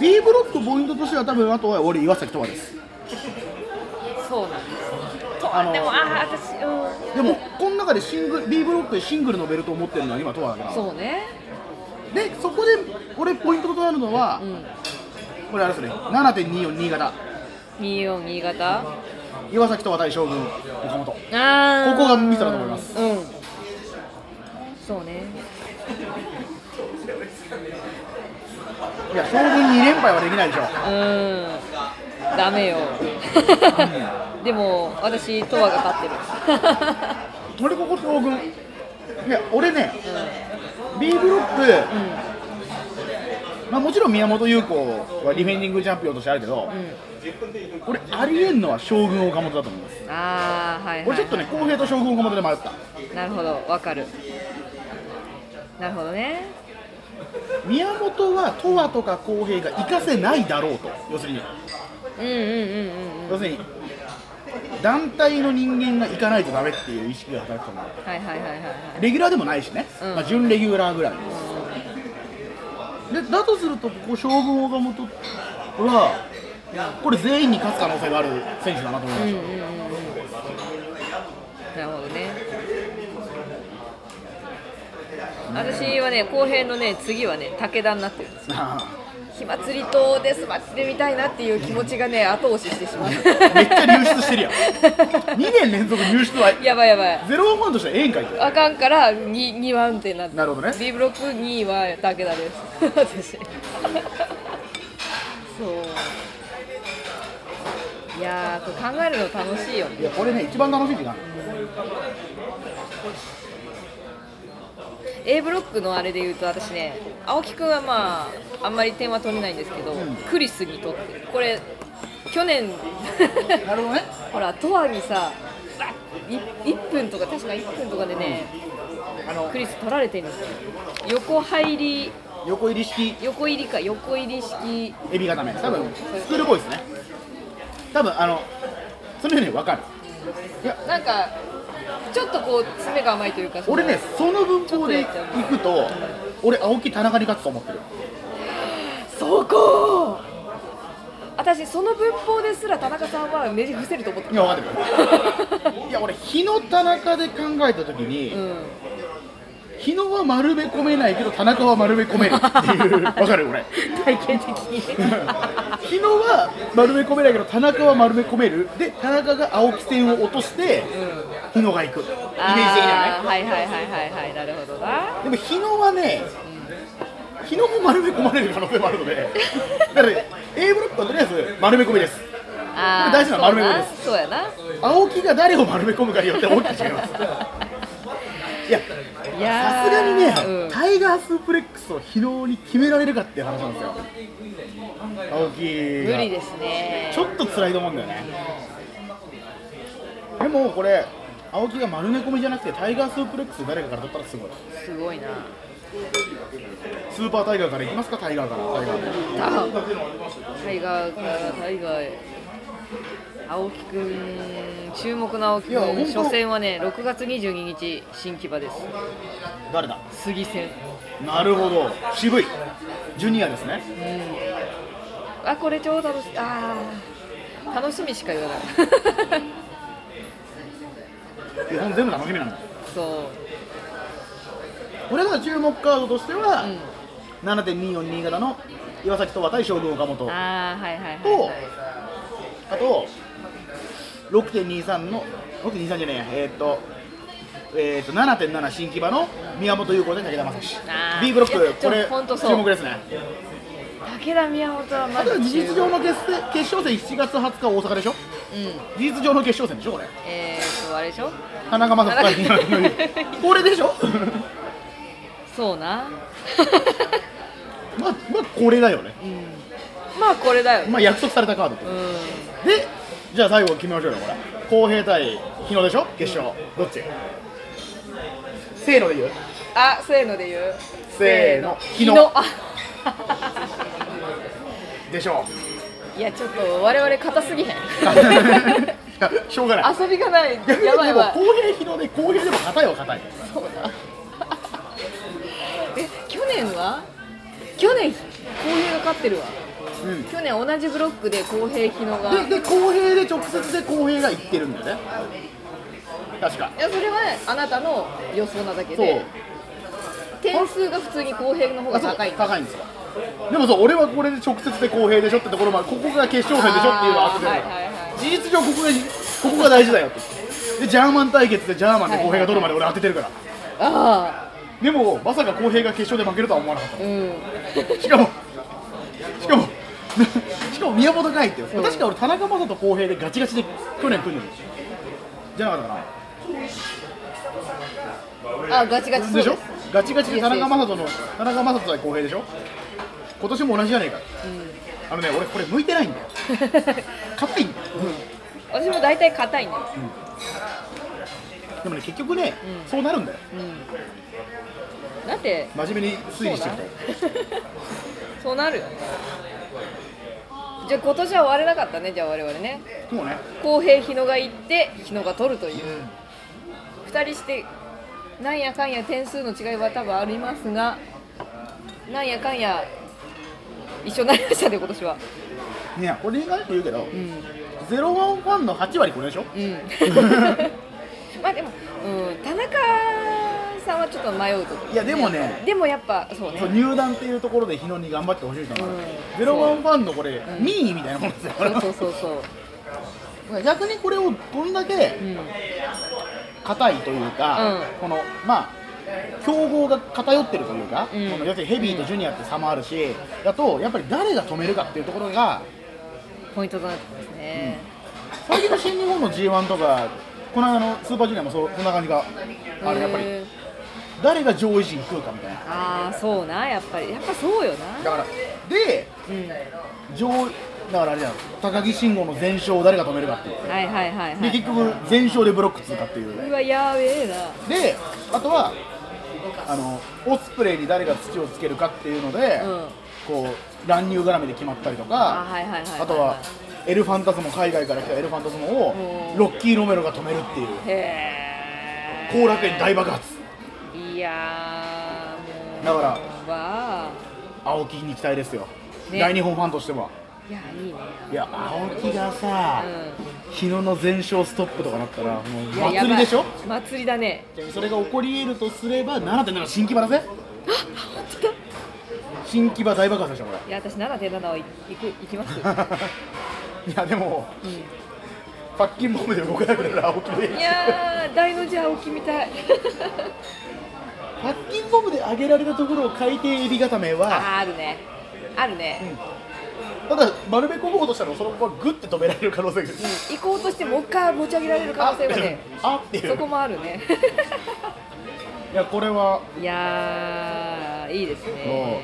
Speaker 3: B ブロックポイントとしては多分あとは俺岩崎とわです
Speaker 2: そうなんです
Speaker 3: あの
Speaker 2: でもああ私うん
Speaker 3: でもこの中でシングル B ブロックでシングルのベルトを持ってるのは今とわだから
Speaker 2: そうね
Speaker 3: でそこで俺ポイントとなるのは、
Speaker 2: うん
Speaker 3: これあれですね7.24新潟
Speaker 2: 新潟新潟あ
Speaker 3: 岩崎とわ対将軍岡本
Speaker 2: あ
Speaker 3: ここがミソだと思います
Speaker 2: うんそうね
Speaker 3: いや将軍2連敗はできないでしょ
Speaker 2: うんダメよ [LAUGHS] でも私トワが勝
Speaker 3: [LAUGHS]
Speaker 2: っ
Speaker 3: 俺ここ将軍いや俺ね
Speaker 2: てる
Speaker 3: B ブロック、
Speaker 2: うん
Speaker 3: まあ、もちろん宮本優子はディフェンディングチャンピオンとしてあるけど
Speaker 2: うん、うん
Speaker 3: 俺ありえんのは将軍岡本だと思います
Speaker 2: ああはいはい、はい、
Speaker 3: 俺ちょっとね公平と将軍岡本で迷った
Speaker 2: なるほどわかるなるほどね
Speaker 3: 宮本は十和とか公平が活かせないだろうと要するに
Speaker 2: うんうんうんうんうん
Speaker 3: 要するに団体の人間が行かないとダメっていう意識が働くと思う
Speaker 2: はいはいはいはいはい
Speaker 3: レギュラーでもないしね、
Speaker 2: うん
Speaker 3: まあ、準レギュラーぐらいでだとするとここ将軍岡本はこれ全員に勝つ可能性がある選手だなと思いま
Speaker 2: うん
Speaker 3: し
Speaker 2: うん
Speaker 3: た、
Speaker 2: うんうんなるほどね私はね後編のね次はね武田になってるんです火祭りとデスマッチで見たいなっていう気持ちがね後押ししてしまう
Speaker 3: めっちゃ流出してるやん2年連続入出は
Speaker 2: やばいやばい
Speaker 3: ゼロワンとしてはええんかい
Speaker 2: あかんから 2, 2番手になって
Speaker 3: なるほどね
Speaker 2: B ブロック2位は武田です私そういやーこれ考えるの楽しいよね
Speaker 3: いやこれね一番楽しい時間
Speaker 2: A ブロックのあれで言うと私ね青木くんはまああんまり点は取れないんですけど、クリスにとってこれ去年
Speaker 3: [LAUGHS] なるほどね
Speaker 2: ほらトアにさ1分とか確か1分とかでね
Speaker 3: あの
Speaker 2: クリス取られてるんですよ横入り
Speaker 3: 横入り式
Speaker 2: 横入りか横入り式
Speaker 3: エビ固め多分スクールボーイですね多分あのそのように分かる
Speaker 2: なんかちょっとこう詰めが甘いというかその
Speaker 3: 俺ねその文法でいくと俺青木田中に勝つと思ってる
Speaker 2: そこ私その文法ですら田中さんはねじ伏せると
Speaker 3: [LAUGHS]
Speaker 2: 思って
Speaker 3: いや分かってるいや俺日野田中で考えた時に、
Speaker 2: うん
Speaker 3: 日野は丸め込めないけど田中は丸め込めるっ
Speaker 2: [LAUGHS]
Speaker 3: ていう分かる俺
Speaker 2: 体験的に
Speaker 3: 日野は丸め込めないけど田中は丸め込めるで田中が青木戦を落として、日野が行くイメージ的には
Speaker 2: あーはいはいはいはいはいなるほどな
Speaker 3: ねでも日野はね日野も丸め込まれる可能性もあるの
Speaker 2: [LAUGHS]
Speaker 3: でだからね A ブロックはとりあえず丸め込みです
Speaker 2: あー
Speaker 3: 大事なのは丸め込みです
Speaker 2: そうやなそ
Speaker 3: 青木が誰を丸め込むかによって大きく違います
Speaker 2: [LAUGHS]
Speaker 3: いや
Speaker 2: うやないやー
Speaker 3: さすがにね、
Speaker 2: うん
Speaker 3: タイガースープレックスを疲労に決められるかっていう話なんですよ青木
Speaker 2: 無理
Speaker 3: が
Speaker 2: ですね
Speaker 3: ちょっと辛いと思うんだよねでもこれ青木が丸め込みじゃなくてタイガースープレックス誰かから取ったらすごい
Speaker 2: すごいな
Speaker 3: スーパータイガーからいきますかタイガーからタイガーで
Speaker 2: あタイガーからタイガーへ青木くん注目の青木
Speaker 3: いや本
Speaker 2: 君
Speaker 3: 当
Speaker 2: 初戦はね6月22日新木場です
Speaker 3: 誰だ
Speaker 2: 杉戦
Speaker 3: なるほど渋いジュニアですね
Speaker 2: あこれ超楽しあー楽しみしか言わない
Speaker 3: [LAUGHS] 日本全部楽しみなんだ
Speaker 2: そ
Speaker 3: 俺が注目カードとしては
Speaker 2: う、う、ん、
Speaker 3: 7.24新潟の岩崎と和対将軍岡本あ
Speaker 2: ああはいはいはい、
Speaker 3: と
Speaker 2: は
Speaker 3: と6.23の6.23じゃねえやえーっとえーっと7.7新木場の宮本優子で武田正史
Speaker 2: あー
Speaker 3: B ブロッ
Speaker 2: いや
Speaker 3: クこ
Speaker 2: ち
Speaker 3: れ
Speaker 2: ょほんとそう
Speaker 3: 注目ですね
Speaker 2: い、武田宮本はま
Speaker 3: あと
Speaker 2: だ
Speaker 3: は事実上の決戦決勝戦7月20日大阪でしょ
Speaker 2: うん
Speaker 3: 事実上の決勝戦でしょこれ
Speaker 2: えー、とあれでしょ
Speaker 3: 田中正史対宮本優
Speaker 2: [LAUGHS]
Speaker 3: 子これでしょ [LAUGHS]
Speaker 2: そうな
Speaker 3: まあまあこれだよね
Speaker 2: まあこれだよ、
Speaker 3: まあ約束されたカードって
Speaker 2: うん
Speaker 3: でじゃあ最後決めましょうよこれ公平対日野でしょ決勝、どっちせーので言う
Speaker 2: あせーので言う
Speaker 3: せーの
Speaker 2: 日
Speaker 3: 日
Speaker 2: 野
Speaker 3: 野
Speaker 2: あ
Speaker 3: でしょ
Speaker 2: いやちょっと我々硬すぎへん
Speaker 3: [LAUGHS] ういやしょうがない
Speaker 2: 遊びがない
Speaker 3: 逆に
Speaker 2: やばいや
Speaker 3: でも
Speaker 2: ばい
Speaker 3: 公平日野で公平でも硬いは硬い
Speaker 2: そうだえ去年は去年公平が勝ってるわ
Speaker 3: うん
Speaker 2: 去年同じブロックで公平日野がい
Speaker 3: でで公平で直接で公平がいってるんだよね確か
Speaker 2: やそれはあなたの予想なだけ
Speaker 3: そう
Speaker 2: で点数が普通に公平の方が高い
Speaker 3: そう高いんですよでもそう俺はこれで直接で公平でしょってところまでここが決勝戦でしょっていうのは当ててる
Speaker 2: あーはい
Speaker 3: から
Speaker 2: はいはい
Speaker 3: 事実上ここがここが大事だよってでジャーマン対決でジャーマンで公平が取るまで俺当ててるから
Speaker 2: あ
Speaker 3: でもまさか公平が決勝で負けるとは思わなかっ
Speaker 2: あうん
Speaker 3: たしかもしかもしかも宮本海って
Speaker 2: ん
Speaker 3: 確か俺田中将人公平でガチガチで去年組んでるじゃなかったか
Speaker 2: あガチガチ
Speaker 3: な
Speaker 2: そうで
Speaker 3: でし
Speaker 2: す
Speaker 3: ょガチガチで田中将人の田中将人対公平でしょ今年も同じじゃねえかあのね俺これ向いてないんだよ硬いんだよ
Speaker 2: [LAUGHS] 私も大体硬いんだよ、
Speaker 3: でもね結局ね
Speaker 2: うん
Speaker 3: そうなるんだよ
Speaker 2: うん、だって
Speaker 3: 真面目に推理してると
Speaker 2: そうな [LAUGHS] そうなるよねじゃあ今年は割れなかったねじゃあ我々ね
Speaker 3: もうね
Speaker 2: 公平日野が行って日野が取るという2人してなんやかんや点数の違いは多分ありますがなんやかんや一緒になりましたね今年は
Speaker 3: ねこれ意外と言うけど
Speaker 2: うん
Speaker 3: ゼロワンファンの8割これでしょ
Speaker 2: うん [LAUGHS] まあでも、うん、田中さんはちょっと迷うとこ
Speaker 3: いやでもね
Speaker 2: でもやっぱそうね
Speaker 3: そう入団っていうところで日野に頑張ってほしいと思う、
Speaker 2: うん
Speaker 3: ゼロワンファンのこれ、
Speaker 2: ん
Speaker 3: 民意みたいなもんですよ、これ
Speaker 2: そう
Speaker 3: は
Speaker 2: そうそうそう
Speaker 3: 逆にこれをどんだけ
Speaker 2: うん
Speaker 3: 硬いというか、
Speaker 2: うん
Speaker 3: このまあ競合が偏ってるというか、
Speaker 2: うん
Speaker 3: この要するにヘビーとジュニアって差もあるし、だとやっぱり誰が止めるかっていうところが
Speaker 2: ポイントとなってますね、
Speaker 3: 最近の新日本の G1 とかこの間のスーパージュニアもそうこんな感じがあれやっぱり
Speaker 2: へー
Speaker 3: 誰が上位陣食うかみたいな
Speaker 2: ああそうなやっぱりやっぱそうよな
Speaker 3: だからで
Speaker 2: うん
Speaker 3: 上だからあれじゃん高木慎吾の全勝を誰が止めるかっていう
Speaker 2: はいはいはいは
Speaker 3: で
Speaker 2: い
Speaker 3: 結局全勝でブロック通過っていう
Speaker 2: うわやべえな
Speaker 3: であとはあのオスプレイに誰が土をつけるかっていうので、
Speaker 2: うん
Speaker 3: こう乱入絡みで決まったりと
Speaker 2: あ
Speaker 3: か
Speaker 2: はいはいはいいい
Speaker 3: あとはエルファンタズモ海外から来たエルファンタズモ
Speaker 2: う
Speaker 3: を
Speaker 2: ん
Speaker 3: ロッキー・ロメロが止めるっていう
Speaker 2: へえ
Speaker 3: 後楽園大爆発
Speaker 2: いやーもう
Speaker 3: だから
Speaker 2: わあ
Speaker 3: 青木に期待ですよ、
Speaker 2: ね
Speaker 3: 大日本ファンとしてはい
Speaker 2: やいいね
Speaker 3: いや青木がさ、日野の全勝ストップとかなったらもう
Speaker 2: うんいや
Speaker 3: 祭りでしょ
Speaker 2: やばい祭りだね
Speaker 3: それが起こり得るとすれば7.7新木場だぜ新木場大爆発でしょこれ
Speaker 2: いや私7.7は行く行きますよ [LAUGHS]
Speaker 3: いやでも、パッキンボムで動かなくなる青木で
Speaker 2: いやー大の字青木みたい [LAUGHS]
Speaker 3: パッキンボムで上げられたところを回転エビ固め
Speaker 2: あ
Speaker 3: は
Speaker 2: ーあるねあるね、
Speaker 3: ただ丸め込もうとしたらそのままグッて止められる可能性が
Speaker 2: 行こうとしてもう一回持ち上げられる可能性も
Speaker 3: [LAUGHS]
Speaker 2: ね
Speaker 3: あっていう
Speaker 2: そこもあるね [LAUGHS]
Speaker 3: いやこれはい
Speaker 2: やーいいですね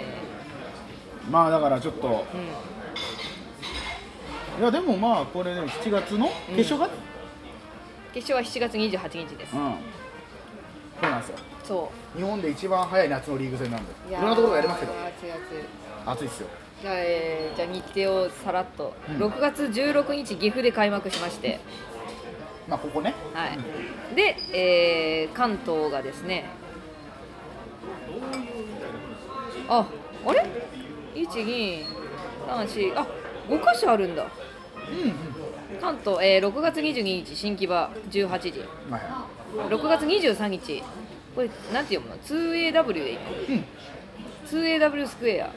Speaker 3: まあだからちょっと
Speaker 2: うん
Speaker 3: いやでもまあこれね7月の決勝か
Speaker 2: 決勝は7月28日です
Speaker 3: うん、そうなんですよ
Speaker 2: そ
Speaker 3: 日本で一番早い夏のリーグ戦なんで
Speaker 2: う
Speaker 3: いろんなところがやりますけど
Speaker 2: 暑い暑い
Speaker 3: 暑いっすよ
Speaker 2: じゃあ,、えーじゃあ日程をさらっと、6月16日岐阜で開幕しまして、
Speaker 3: まあここね
Speaker 2: はい、で、えー関東がですねああれ ?1234 あ5箇所あるんだ関東、えー6月22日新木場18時
Speaker 3: まあ
Speaker 2: 6月23日これなんて読むの 2AW でいいの、2AW スクエア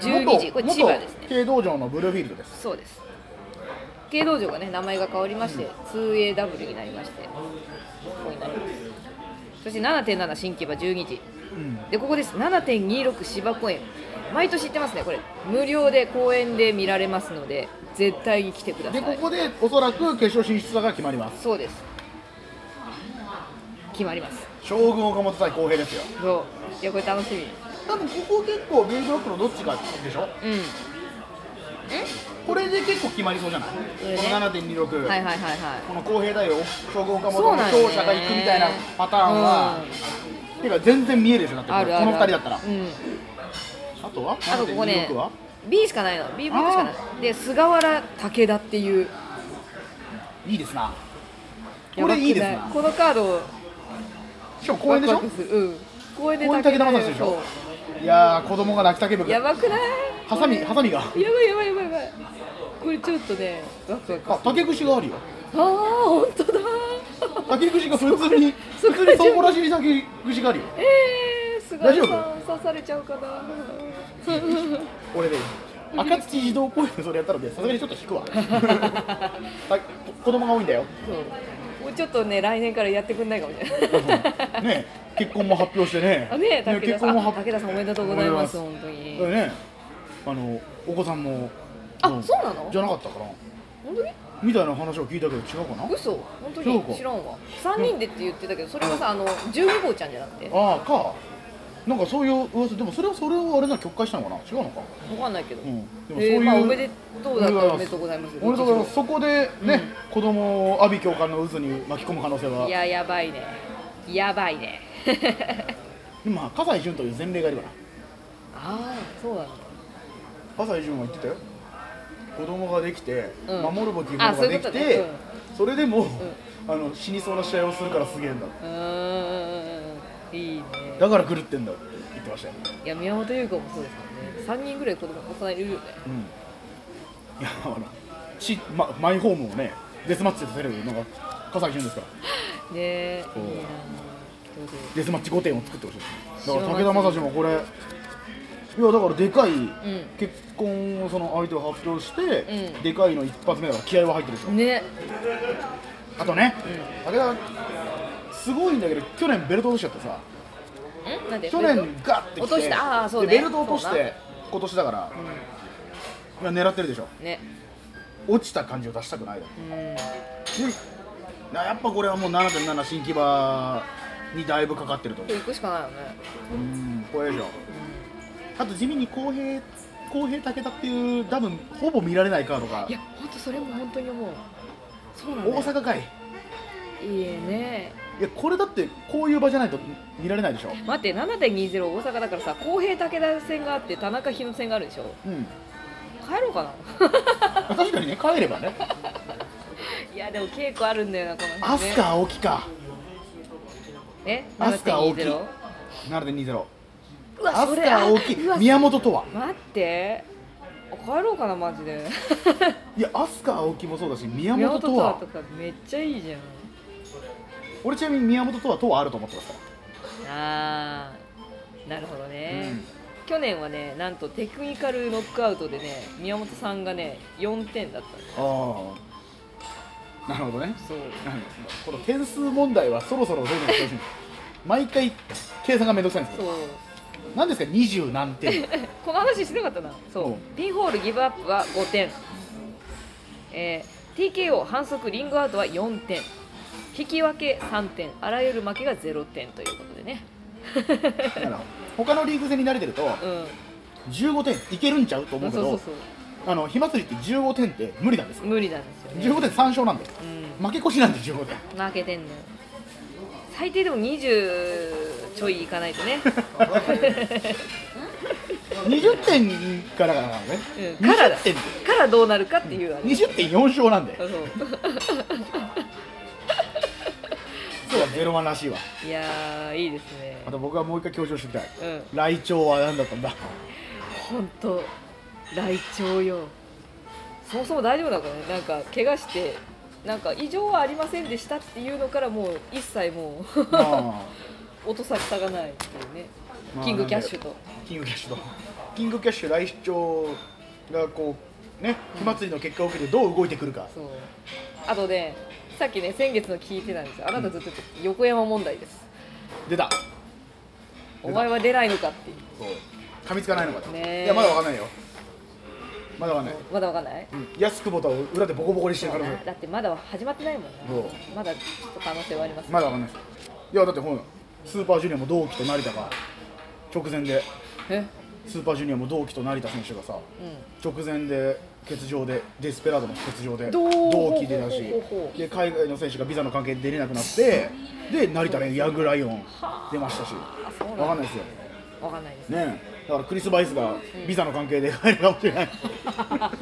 Speaker 2: 12時これ千葉ですね
Speaker 3: 元軽道場のブルーフィールドです
Speaker 2: そうです軽道場がね名前が変わりまして 2AW になりましてここになりますそして7.7新木場12時
Speaker 3: うん
Speaker 2: でここです7.26芝公園毎年行ってますねこれ無料で公園で見られますので絶対に来てくださ
Speaker 3: で
Speaker 2: い
Speaker 3: ここでおそらく決勝進出が決まります
Speaker 2: そうです決まります
Speaker 3: 将軍岡本対公平ですよ
Speaker 2: そういやこれ楽しみ
Speaker 3: 多分ここ結構 B ブロックのどっちかでしょ
Speaker 2: うん
Speaker 3: これで結構決まりそうじゃない、
Speaker 2: れね
Speaker 3: この7.26、
Speaker 2: はいはいはいはい
Speaker 3: この公平対応将軍岡本
Speaker 2: そうな
Speaker 3: の
Speaker 2: ん
Speaker 3: 勝者が行くみたいなパターンは、てか全然見えるでしょだってこ
Speaker 2: あるある
Speaker 3: この2人だったら
Speaker 2: うん
Speaker 3: あとは
Speaker 2: あとここね
Speaker 3: 7.26は
Speaker 2: B しかないの B ブロックしかないで菅原武田っていう
Speaker 3: いいですな
Speaker 2: や
Speaker 3: こ
Speaker 2: ばく
Speaker 3: れ
Speaker 2: ない
Speaker 3: いですな
Speaker 2: このカードを
Speaker 3: しかも公園でし
Speaker 2: ワ
Speaker 3: ょ
Speaker 2: クワクするうん公園で
Speaker 3: 公園で武田正史でしょいやー子供が泣きたけぶ
Speaker 2: そうやばくない
Speaker 3: ハサミハサミが
Speaker 2: これやばいやばいやばいやばいこれちょっとねワクワクあ
Speaker 3: あ竹串があるよ
Speaker 2: あー本当だ
Speaker 3: 竹串が普通に
Speaker 2: [LAUGHS] そこ
Speaker 3: 普
Speaker 2: で
Speaker 3: 通にそうこらしい竹串があるよ
Speaker 2: えーすご
Speaker 3: 大丈
Speaker 2: い
Speaker 3: 夫
Speaker 2: さん刺されちゃうかな
Speaker 3: 俺ね暁児童公園でそれやったのでさすがにちょっと引
Speaker 2: [LAUGHS]
Speaker 3: くわあこ子供が多いんだよ
Speaker 2: そうもうちょっとね来年からやってくんないかもしれない
Speaker 3: ね結婚も発表してね
Speaker 2: あ [LAUGHS] ね武
Speaker 3: 結
Speaker 2: 田さ
Speaker 3: 婚
Speaker 2: ん
Speaker 3: も
Speaker 2: あ
Speaker 3: 発
Speaker 2: 武田さんおめでとうございます本当に
Speaker 3: これねあのお子さんも
Speaker 2: あ
Speaker 3: ん
Speaker 2: そうなの
Speaker 3: じゃなかったかな
Speaker 2: 本当に
Speaker 3: みたいな話を聞いたけど違うかな
Speaker 2: 嘘本当
Speaker 3: そうか
Speaker 2: に知らんわ3人でって言ってたけどそれはさあの12号ちゃんじゃなくてわ
Speaker 3: ああかなんかそういう噂でもそれはそれをあれな曲解したのかな違うのか
Speaker 2: かんないけど、
Speaker 3: うんでもそうい
Speaker 2: え
Speaker 3: う
Speaker 2: ーまあおめでとうだったらおめでとうございます
Speaker 3: 俺だからそこでね、子供を阿炎教官の渦に巻き込む可能性はい
Speaker 2: ややばいねやばいね
Speaker 3: まあ葛西潤という前例がいるから
Speaker 2: ああそうなの
Speaker 3: 葛西潤は言ってたよ子供ができて、
Speaker 2: うん
Speaker 3: 守るべきもの
Speaker 2: あ
Speaker 3: が
Speaker 2: そうい
Speaker 3: で
Speaker 2: うこと
Speaker 3: きて
Speaker 2: ね
Speaker 3: それでも、あの死にそうな試合をするからすげえんだ
Speaker 2: うーんいいね
Speaker 3: だから狂ってんだって言ってましたよ、
Speaker 2: いや宮本優子もそうですからね3人ぐらい子供幼いるよね
Speaker 3: うん、いやあのし、ま、マイホームをねデスマッチでさせるのが葛西潤ですから
Speaker 2: ねえいいな
Speaker 3: そう
Speaker 2: どうぞ
Speaker 3: デスマッチ5点を作ってほしいですねだから
Speaker 2: 白
Speaker 3: 武田
Speaker 2: 松
Speaker 3: 正史もこれいやだからでかい
Speaker 2: ん
Speaker 3: 結婚をその相手を発表して、
Speaker 2: ん
Speaker 3: でかいの一発目だから気合は入ってるでしょ、
Speaker 2: ね
Speaker 3: あとね、武田すごいんだけど去年ベルト落としちゃってさ
Speaker 2: んなんで
Speaker 3: 去
Speaker 2: ベル
Speaker 3: 年ガッてきて
Speaker 2: 落としたあーそうね
Speaker 3: でベルト落とし
Speaker 2: そう
Speaker 3: て今年だから、いや狙ってるでしょ
Speaker 2: トね
Speaker 3: 落ちた感じを出したくないだろ
Speaker 2: うん
Speaker 3: でなやっぱこれはもう7.7新木場にだいぶかかってると思う
Speaker 2: 行くしかないよね
Speaker 3: うんこれでしょあと地味に公平公平武田っていう多分ほぼ見られないカードが
Speaker 2: いや本当それも本当に思うそうなんだよ
Speaker 3: 大阪かい
Speaker 2: いいえね
Speaker 3: いやこれだってこういう場じゃないと見られないでしょ
Speaker 2: 待って7.20大阪だからさ公平武田戦があって田中日野戦があるでしょ
Speaker 3: うん
Speaker 2: 帰ろうかな
Speaker 3: あ確かにね帰ればね
Speaker 2: いやでも稽古あるんだよなこの
Speaker 3: ア
Speaker 2: ね
Speaker 3: スカ青木か
Speaker 2: ね
Speaker 3: アスカ青木
Speaker 2: 7.20
Speaker 3: 7.20
Speaker 2: う
Speaker 3: ア
Speaker 2: わそ
Speaker 3: ス
Speaker 2: れ
Speaker 3: カ
Speaker 2: あ
Speaker 3: 青木
Speaker 2: うわ
Speaker 3: 宮本とは
Speaker 2: 待ってあ帰ろうかなマジで
Speaker 3: いやアスカ青木もそうだし宮
Speaker 2: 宮本
Speaker 3: 本
Speaker 2: と
Speaker 3: と
Speaker 2: は
Speaker 3: は
Speaker 2: とかめっちゃいいじゃん
Speaker 3: 俺ちなみに宮本とはとはあると思ってますか
Speaker 2: あーなるほど
Speaker 3: ら、
Speaker 2: ね、去年はねなんとテクニカルノックアウトでね宮本さんがね4点だったの
Speaker 3: ああなるほどね
Speaker 2: そう
Speaker 3: この点数問題はそろそろどうにかしてほしい毎回計算がめんどくさいんです
Speaker 2: そ
Speaker 3: よ
Speaker 2: う
Speaker 3: 何ですか二十何点
Speaker 2: この話してなかったなそう、
Speaker 3: うん
Speaker 2: ピンホールギブアップは5点、えー TKO 反則リングアウトは4点引き分け3点あらゆる負けが0点ということでね
Speaker 3: だから他のリーグ戦に慣れてると
Speaker 2: うん
Speaker 3: 15点いけるんちゃうと思うけ
Speaker 2: そうそう
Speaker 3: ど
Speaker 2: そう
Speaker 3: あの火祭りって15点って無理なんですよ
Speaker 2: 無理なんですよね
Speaker 3: 15点3勝なんです
Speaker 2: う
Speaker 3: 負け越しなんで15点
Speaker 2: ん負けてんのよ最低でも20ちょいいかない
Speaker 3: [LAUGHS]
Speaker 2: とね
Speaker 3: 20点からなのね、
Speaker 2: うんからだ
Speaker 3: 20点で
Speaker 2: からどうなるかっていうあれ
Speaker 3: 20点4勝なんで
Speaker 2: そう
Speaker 3: 今日はゼロワンらしいわ
Speaker 2: いやーいいですね
Speaker 3: また僕はもう一回強調しておきたい
Speaker 2: うん
Speaker 3: 来鳥は何だった
Speaker 2: [LAUGHS]
Speaker 3: んだ
Speaker 2: 本当来鳥よそもそも大丈夫だからねなんか怪我してなんか異常はありませんでしたっていうのからもう一切もう [LAUGHS]
Speaker 3: まあ
Speaker 2: 落とされたがないっていうね、
Speaker 3: まあ
Speaker 2: キングキャッシュと
Speaker 3: キングキャッシュとキングキャッシュ来庁がこうね火祭りの結果を受けてどう動いてくるか、
Speaker 2: そうあとねさっきね先月の聞いてたんですよあなたずっと言って横山問題です
Speaker 3: 出た
Speaker 2: お前は出ないのかっていう
Speaker 3: そう噛みつかないのかと、
Speaker 2: ねえ
Speaker 3: いやまだわかんないよまだわかんない、
Speaker 2: まだわかんない
Speaker 3: うん、安久保田を裏でボコボコにしてる可能性
Speaker 2: だってまだ始まってないもんね
Speaker 3: そう
Speaker 2: まだちょっと可能性はありますね
Speaker 3: まだわかんないですいやだってほらスーパージュニアも同期と成田が直前で
Speaker 2: え
Speaker 3: スーパージュニアも同期と成田選手がさ
Speaker 2: う
Speaker 3: 直前で欠場でデスペラードの欠場で
Speaker 2: どう
Speaker 3: 同期でだし
Speaker 2: ほうほうほうほう
Speaker 3: で海外の選手がビザの関係で出れなくなってで成田ねヤングライオン出ましたし
Speaker 2: そうなん
Speaker 3: 分
Speaker 2: だ
Speaker 3: かんないですよ
Speaker 2: んわかんないです
Speaker 3: ねえだからクリス・バイスがビザの関係で入るかもしれない
Speaker 2: 確か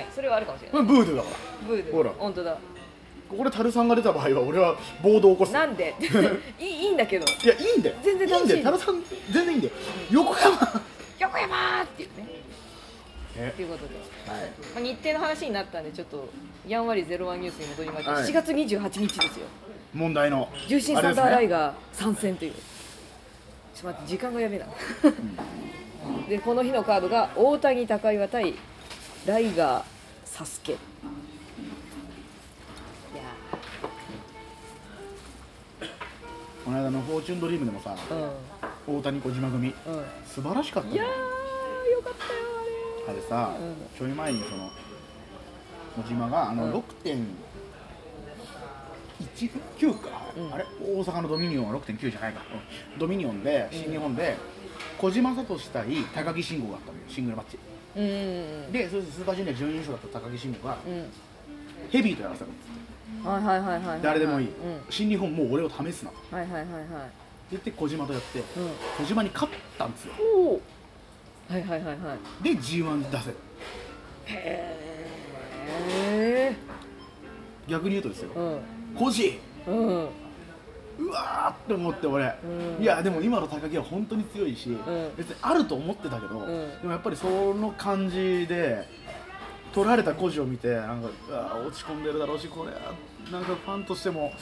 Speaker 2: にそれはあるかもしれ
Speaker 3: こ
Speaker 2: ない
Speaker 3: れブードゥだから
Speaker 2: ブーで
Speaker 3: ほら
Speaker 2: 本当だ
Speaker 3: ここでタルさんが出た場合は俺は暴動を起こす
Speaker 2: なんで [LAUGHS] いいいいんだけど
Speaker 3: いやいいんだよ
Speaker 2: 全然楽しい
Speaker 3: いんだよタルさん全然いいんだよ横山は
Speaker 2: 横山ーっていうね
Speaker 3: え
Speaker 2: ということで、
Speaker 3: い
Speaker 2: まあ、日程の話になったんでちょっとやんわりゼロワンニュースに戻りまして、
Speaker 3: はい
Speaker 2: 7月28日ですよ
Speaker 3: 問題の
Speaker 2: 重心
Speaker 3: あ
Speaker 2: サン
Speaker 3: れです
Speaker 2: ダーライ
Speaker 3: ね
Speaker 2: ガー参戦というちょっと待って時間がやべえな [LAUGHS] でこの日のカードが大谷高岩対ライガーサスケいや
Speaker 3: この間の「フォーチュンドリーム」でもさ
Speaker 2: ーうん
Speaker 3: 大谷小島組
Speaker 2: うん
Speaker 3: 素晴らしかった
Speaker 2: いや
Speaker 3: ね
Speaker 2: ーよかったよあれ
Speaker 3: あれさ、
Speaker 2: うん
Speaker 3: ちょい前にその小島があ
Speaker 2: うん
Speaker 3: の6.19か、
Speaker 2: うん
Speaker 3: あれ大阪のドミニオンは6.9じゃないか、ドミニオンで新日本で、小島聡対高木慎吾があったのよシングルマッチ
Speaker 2: うんうん
Speaker 3: でそしてスーパージュニア準優勝だった高木慎吾が
Speaker 2: うん
Speaker 3: ヘビーとやらせたの
Speaker 2: うんはいはいはいはいはいはい
Speaker 3: 誰でもいい、
Speaker 2: うん
Speaker 3: 新日本もう俺を試すなって
Speaker 2: はいはいはいはい
Speaker 3: 言って小島とやって
Speaker 2: うん
Speaker 3: 小島に勝ったんですよ
Speaker 2: おおはいはいはいはい
Speaker 3: で G1 出せ
Speaker 2: へえ
Speaker 3: 逆に言うとですよ
Speaker 2: うん
Speaker 3: 小島
Speaker 2: うん
Speaker 3: うわーって思って俺、
Speaker 2: うん
Speaker 3: いやでも今の高木は本当に強いし、
Speaker 2: ん
Speaker 3: 別にあると思ってたけど、
Speaker 2: ん
Speaker 3: でもやっぱりその感じで取られた孤児を見てなんかうわー落ち込んでるだろうしこれはなんかファンとしても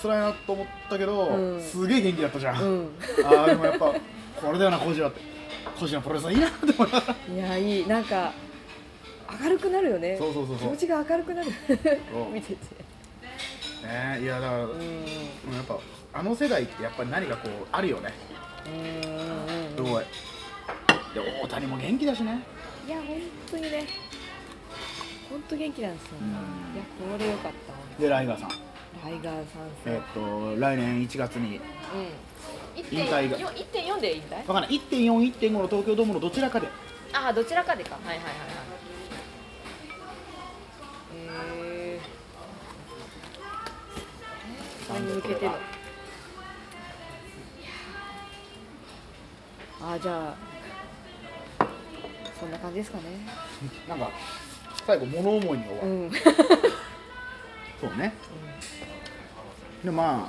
Speaker 3: 辛いなと思ったけど、
Speaker 2: うん
Speaker 3: すげえ元気だったじゃん、
Speaker 2: うん
Speaker 3: あーでもやっぱこれだよな孤児はって孤児のプロレスはいいなって思った
Speaker 2: いやいいなんか明るくなるよね
Speaker 3: そうそうそう
Speaker 2: 気
Speaker 3: そう
Speaker 2: 持ちが明るくなる
Speaker 3: そう
Speaker 2: 見てて
Speaker 3: ねいやだから、
Speaker 2: う
Speaker 3: で
Speaker 2: ん
Speaker 3: もやっぱあの世代ってやっぱり何かこうあるよね
Speaker 2: うん
Speaker 3: すごいで大谷も元気だしね
Speaker 2: いや本当にね本当元気なんですよね
Speaker 3: うん
Speaker 2: いやこれよかった
Speaker 3: でライガーさん
Speaker 2: ライガー参戦
Speaker 3: えっと来年1月に
Speaker 2: うん
Speaker 3: 引退が
Speaker 2: 1.4 1.4で引退
Speaker 3: 分かんない1.4、1.5の東京ドームのどちらかで
Speaker 2: ああどちらかでかはいはいはいはいえー、何に向けてのいやーあーじゃあそんな感じですかね
Speaker 3: なんか最後物思いに終わ
Speaker 2: う
Speaker 3: る、
Speaker 2: ん
Speaker 3: そうね、でまあ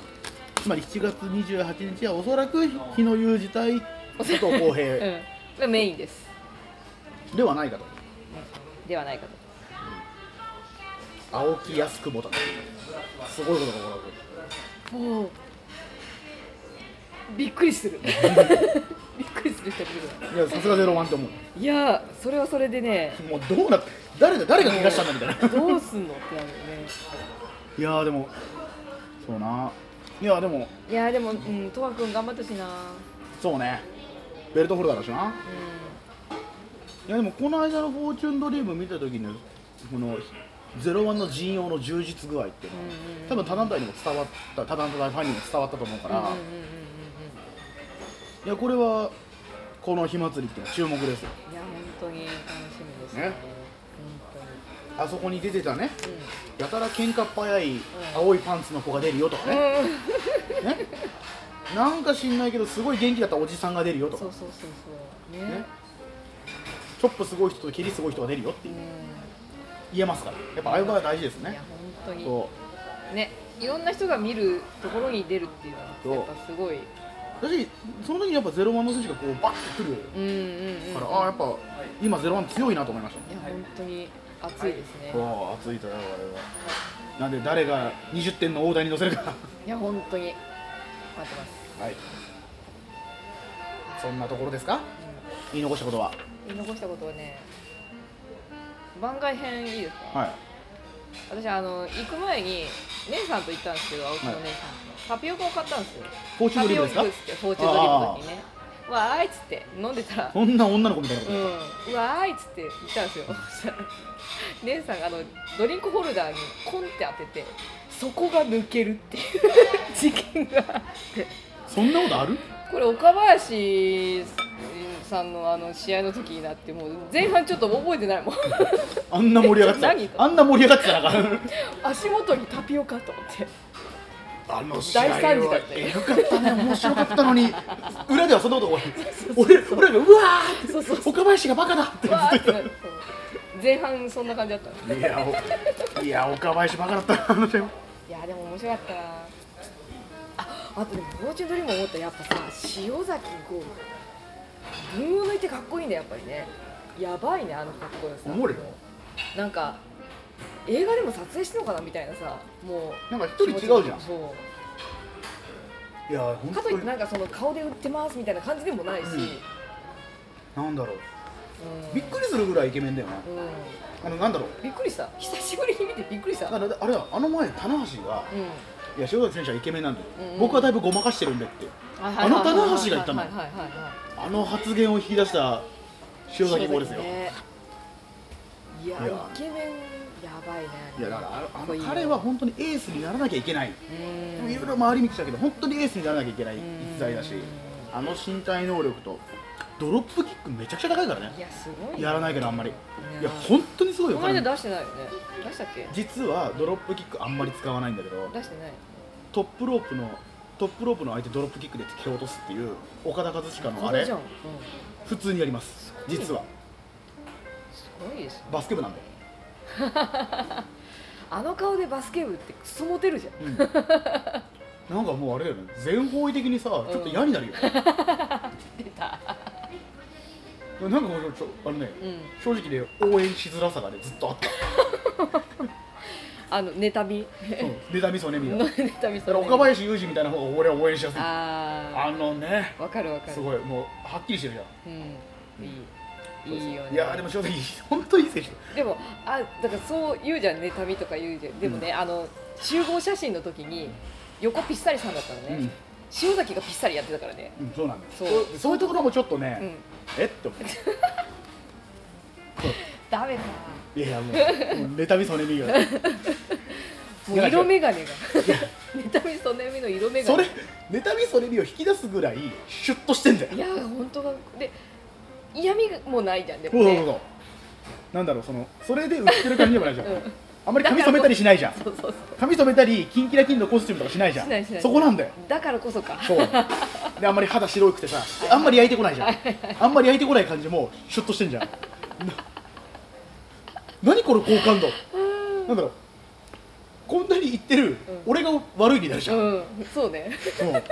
Speaker 3: つまり7月28日はおそらく日の裕次対佐藤浩平
Speaker 2: うんメインです
Speaker 3: ではないかと
Speaker 2: ではないかと
Speaker 3: 青木安久保だすごいことが起こるわけ
Speaker 2: もうびっくりする [LAUGHS] びっくりする人いるぐら
Speaker 3: いやさすがゼロワンって思う
Speaker 2: いいやーそれはそれでね
Speaker 3: もうどうなって誰だ誰が逃がしたんだみたいな
Speaker 2: [LAUGHS] どうすんのってなるよね
Speaker 3: いやーでもそうないやでも
Speaker 2: いやーでもうんとわくん頑張ってほしいなう
Speaker 3: そうねベルトホルダーだしないやでもこの間の「フォーチュンドリーム」見た時のこのゼロワンの陣容の充実具合っていうのは多分他団体にも伝わった他団体ファンにも伝わったと思うから、
Speaker 2: んうんうんうん
Speaker 3: いやこれはこの火祭りっていうのは注目ですよ
Speaker 2: うんいや本当に楽しみですね
Speaker 3: ね
Speaker 2: 本
Speaker 3: あそこに出てたね
Speaker 2: 当に
Speaker 3: やたら喧嘩っ早い青いパンツの子が出るよとかね,、
Speaker 2: うん、うん、
Speaker 3: ねなんか知んないけどすごい元気だったおじさんが出るよとか
Speaker 2: そうそうそうそうね
Speaker 3: ねチョップすごい人とキリすごい人が出るよって
Speaker 2: うん
Speaker 3: 言えますからやっぱああいう場が大事です
Speaker 2: い
Speaker 3: ね
Speaker 2: や本当に
Speaker 3: そう
Speaker 2: ねいろんな人が見るところに出るっていう
Speaker 3: そう
Speaker 2: のはやっぱすごい
Speaker 3: 私その時にやっぱゼロワンの選手がこうバッてくるか
Speaker 2: うんうんうん
Speaker 3: ら、ああやっぱ今ゼロワン強いなと思いました
Speaker 2: いや本当に熱いですね、い
Speaker 3: おお熱いとよ我々はなんで誰が20点の大台に乗せるか [LAUGHS]
Speaker 2: や本当に待ってます
Speaker 3: はいそんなところですか言い残したことは
Speaker 2: 言い残したことはね番外編いいですか、
Speaker 3: はい
Speaker 2: 私あの行く前に姉さんと行ったんですけど青木の姉さんと、タピオカを買ったんですよ
Speaker 3: フォーチュ
Speaker 2: タ
Speaker 3: ンドリ
Speaker 2: ピオ
Speaker 3: ームですか
Speaker 2: カですってフォーチュンドリームの時にねわーいっつって飲んでたら
Speaker 3: そんな女の子みたいなこ
Speaker 2: う
Speaker 3: と、
Speaker 2: ん、うわーいっつって行ったんですよ [LAUGHS] そしたら姉さんがあのドリンクホルダーにコンって当ててそこが抜けるっていう事件があって
Speaker 3: そんなことある
Speaker 2: これ岡林さんのあの試合の時になってもう前半ちょっと覚えてないもん
Speaker 3: あんな盛り上がって
Speaker 2: 何
Speaker 3: たあんな盛り上がってたから
Speaker 2: [LAUGHS] 足元にタピオカと思って
Speaker 3: あの
Speaker 2: 大惨事だったよ
Speaker 3: エグかったね [LAUGHS] 面白かったのに裏ではそんなことが俺俺らがうわーって
Speaker 2: そうそうそ
Speaker 3: 岡林がバカだってずっと
Speaker 2: わー
Speaker 3: 言
Speaker 2: っ
Speaker 3: ってて
Speaker 2: な
Speaker 3: た
Speaker 2: るそう前半そんな感じだったの
Speaker 3: いや、おいや、岡林バカだったな、あの試合。
Speaker 2: いやでも面白かったなああとでもフォーチュンドリーム思ったらやっぱさ塩崎豪群を抜いてかっこいいねやっぱりねやばいねあのかっこよさ
Speaker 3: 思うよ。
Speaker 2: なんか映画でも撮影してんのかなみたいなさもう
Speaker 3: なんか一人違うじゃん
Speaker 2: そう
Speaker 3: いや、本
Speaker 2: かと
Speaker 3: 当
Speaker 2: いって
Speaker 3: に。
Speaker 2: なんかその顔で売ってますみたいな感じでもないし、うん
Speaker 3: なんだろう。びっくりするぐらいイケメンだよな。
Speaker 2: うん
Speaker 3: あの、なんだろう。
Speaker 2: びっくりした久しぶりに見てびっくりした
Speaker 3: あのあれは、あの前、棚橋が、
Speaker 2: うん
Speaker 3: いや、塩崎選手はイケメンなんで
Speaker 2: うんう、ん
Speaker 3: 僕はだいぶごまかしてるんでって。
Speaker 2: あ
Speaker 3: の棚橋が言ったの
Speaker 2: はいはいはいはい
Speaker 3: あの発言を引き出した塩崎豪ですよ。
Speaker 2: ねいや
Speaker 3: いや
Speaker 2: イケメンやばいね
Speaker 3: いや、だから、あ
Speaker 2: かっこいい
Speaker 3: の
Speaker 2: よ
Speaker 3: 彼は本当にエースにならなきゃいけない。
Speaker 2: うん
Speaker 3: いろいろ回り道だけど、本当にエースにならなきゃいけない
Speaker 2: ん
Speaker 3: 逸材だし、あの身体能力と、ドロップキックめちゃくちゃ高いからね
Speaker 2: い。やすごいね
Speaker 3: やらないけど、あんまり。いや、
Speaker 2: ん
Speaker 3: 本当にすごい
Speaker 2: こ
Speaker 3: よ、
Speaker 2: の
Speaker 3: 彼の
Speaker 2: 間出してないよね出したっけ
Speaker 3: 実はドロップキックあんまり使わないんだけど
Speaker 2: 出してない
Speaker 3: トップロープのトップロープの相手ドロップキックで蹴落とすっていう岡田和親のあ
Speaker 2: こ
Speaker 3: れ
Speaker 2: じゃん、うん、
Speaker 3: 普通にやります
Speaker 2: ごい
Speaker 3: 実は
Speaker 2: すごいですね
Speaker 3: バスケ部なんで、
Speaker 2: あの顔でバスケ部ってクソモテるじゃん
Speaker 3: うんなんかもうあれだよね全方位的にさちょっと嫌になるよ、
Speaker 2: 出た
Speaker 3: なんか俺ちょあのね、
Speaker 2: うん
Speaker 3: 正直で応援しづらさがねずっとあった
Speaker 2: [LAUGHS] あの妬み
Speaker 3: うん妬みそうね
Speaker 2: [LAUGHS]
Speaker 3: みたい
Speaker 2: の
Speaker 3: な
Speaker 2: 妬み
Speaker 3: だから岡林裕二みたいな方が俺は応援しやすいあ
Speaker 2: あ
Speaker 3: のね
Speaker 2: あわかるわかる
Speaker 3: すごいもうはっきりしてるじゃ
Speaker 2: う
Speaker 3: ん
Speaker 2: んいいいいよね
Speaker 3: いやーでも正直本当にいい選手
Speaker 2: でもあだからそう言うじゃん妬みとか言うじゃんでもね、あの集合写真の時に横ぴっさりさんだったのね、
Speaker 3: うん
Speaker 2: 塩崎がぴっさりやってたからね
Speaker 3: うん、そうなんだよ
Speaker 2: そ
Speaker 3: そううそういうところもちょっとね、
Speaker 2: うん
Speaker 3: えって思う
Speaker 2: ダメだ [LAUGHS]
Speaker 3: いやいやもうもう妬みそねみが
Speaker 2: もう色眼鏡が [LAUGHS] 妬みそねみの色眼鏡
Speaker 3: それ妬みそれみを引き出すぐらいシュッとしてんだよ
Speaker 2: いや本当だで嫌味もないじゃんで
Speaker 3: そう
Speaker 2: も
Speaker 3: そうそう
Speaker 2: ね
Speaker 3: そうなんだろうそのそれで売ってる感じでもないじゃん、
Speaker 2: うん
Speaker 3: あんまり髪染めたりしないじゃん
Speaker 2: そうそう
Speaker 3: 髪染めたりキンキラキンのコスチュームとかしないじゃん
Speaker 2: しないしない
Speaker 3: そこなんだよ
Speaker 2: そうだからこそか
Speaker 3: そうであんまり肌白くてさあんまり焼いてこないじゃんあんまり焼いてこない感じもシュッとしてんじゃんな何これ好感度なんだろうこんなに言ってる、俺が悪いになるじゃん、
Speaker 2: うんそうね
Speaker 3: そう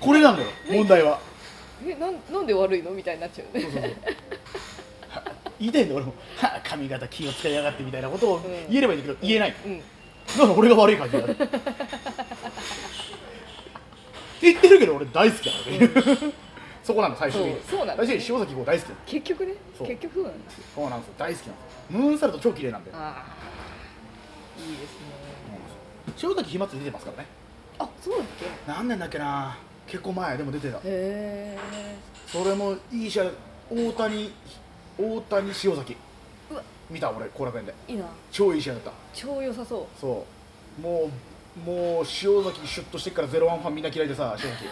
Speaker 3: これなんだよ問題は
Speaker 2: えなんなんで悪いのみたいになっちゃうね
Speaker 3: そうそうそうは言いたいんだ俺もは髪型気を使いやがってみたいなことを
Speaker 2: ん
Speaker 3: 言えればいいんだけど、言えない
Speaker 2: うん
Speaker 3: だから俺が悪い感じになるって言ってるけど俺大好きだからねそこなんだ最終的に
Speaker 2: そうそうなんだ
Speaker 3: 最終的に塩崎豪大好きなんだ
Speaker 2: 結局ね
Speaker 3: そう
Speaker 2: 結局そうなんですよ
Speaker 3: そうなんですよ大好きなんですムーンサルト超綺麗なんで
Speaker 2: ああいいですね
Speaker 3: 塩崎ひまつり出てますからね
Speaker 2: あそうだっけ
Speaker 3: 何年だっけな結構前でも出てた
Speaker 2: へえ
Speaker 3: それもいい試合大谷大谷塩崎
Speaker 2: うわ
Speaker 3: 見た俺後楽園で
Speaker 2: いいな
Speaker 3: 超いい試合だった
Speaker 2: 超良さそう
Speaker 3: そうもうもう塩崎シュッとしてっからゼロワンファンみんな嫌いでさ塩崎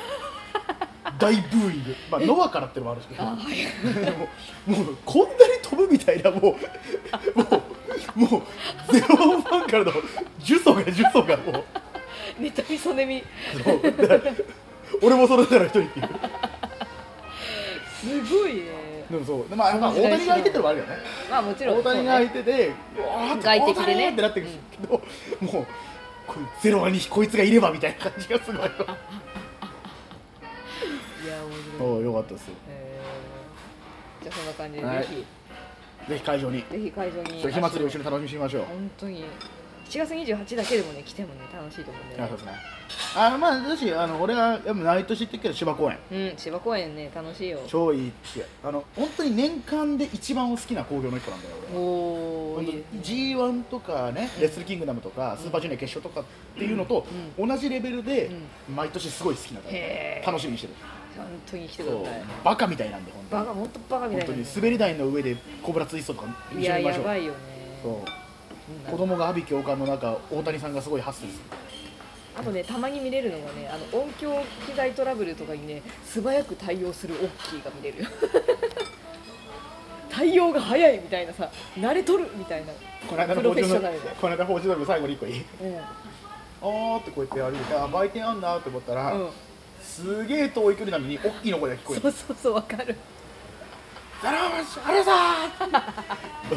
Speaker 3: [LAUGHS] 大ブーイング、まあ、ノアからってのもあるし
Speaker 2: ああいや
Speaker 3: [LAUGHS] もうもうこんなに飛ぶみたいなもうもうもうゼロワンファンからの呪詛が呪詛がもう
Speaker 2: 妬みそねみ
Speaker 3: そうだから俺もそれから一人っていう
Speaker 2: すごいね
Speaker 3: でもそうでまあまあ大谷が相手ってのもあるよね
Speaker 2: まあもちろん
Speaker 3: 大谷が
Speaker 2: そう
Speaker 3: 相
Speaker 2: ね
Speaker 3: 手でうわーって
Speaker 2: 外敵でね
Speaker 3: 大谷ってなってくるけど、もうこれゼロワンにこいつがいればみたいな感じがすごい
Speaker 2: いや面白い
Speaker 3: およかったですよ
Speaker 2: えーじゃあそんな感じで
Speaker 3: はい
Speaker 2: ぜひ、
Speaker 3: ぜひ会場に
Speaker 2: ぜひ会場に
Speaker 3: 火祭りを一緒に楽しみにしましょう。
Speaker 2: 本当に7月28だけでもね来てもね楽しいと思うんで
Speaker 3: あそうですね。あのまあだしあの俺はやっぱ毎年行ってるけど芝公園
Speaker 2: うん芝公園ね楽しいよ
Speaker 3: 超いいしあの本当に年間で一番好きな興行の一個なんだよ俺は。
Speaker 2: おお
Speaker 3: 本
Speaker 2: い
Speaker 3: 当
Speaker 2: いですね
Speaker 3: G1 とかね、レッスルキングダムとか、スーパージュニア決勝とかっていうのと、同じレベルで、毎年すごい好きなから
Speaker 2: へー
Speaker 3: 楽しみにしてる
Speaker 2: 本当に来てく
Speaker 3: そ
Speaker 2: だ
Speaker 3: う
Speaker 2: さい
Speaker 3: バカみたいなんで本当
Speaker 2: バ
Speaker 3: に
Speaker 2: カ本当バカみ
Speaker 3: 本
Speaker 2: たい
Speaker 3: 当
Speaker 2: な
Speaker 3: に滑り台の上でコブラツイストとか一緒
Speaker 2: い
Speaker 3: に
Speaker 2: や
Speaker 3: 見まし
Speaker 2: や
Speaker 3: ょう
Speaker 2: ばいよね
Speaker 3: そ
Speaker 2: う
Speaker 3: う子
Speaker 2: ん
Speaker 3: 供が阿鼻教官の中大谷さんがすごいハッスルする
Speaker 2: あとねたまに見れるのがねあの音響機材トラブルとかにね素早く対応するオッキーが見れる [LAUGHS] 対応が早いみたいなさ慣れとるみたいな
Speaker 3: この間の
Speaker 2: プロ
Speaker 3: 報
Speaker 2: フェ
Speaker 3: 知
Speaker 2: ッシ
Speaker 3: の
Speaker 2: ョナルで
Speaker 3: この間報知の部最後に一個いい
Speaker 2: うん
Speaker 3: あーってこうやって歩いてあ売店あんなーって思ったら、
Speaker 2: うん
Speaker 3: すげえ遠い距離なのに大きいの声が聞こえ
Speaker 2: そう
Speaker 3: る
Speaker 2: そうそうわかる
Speaker 3: 「ザラーシあれさ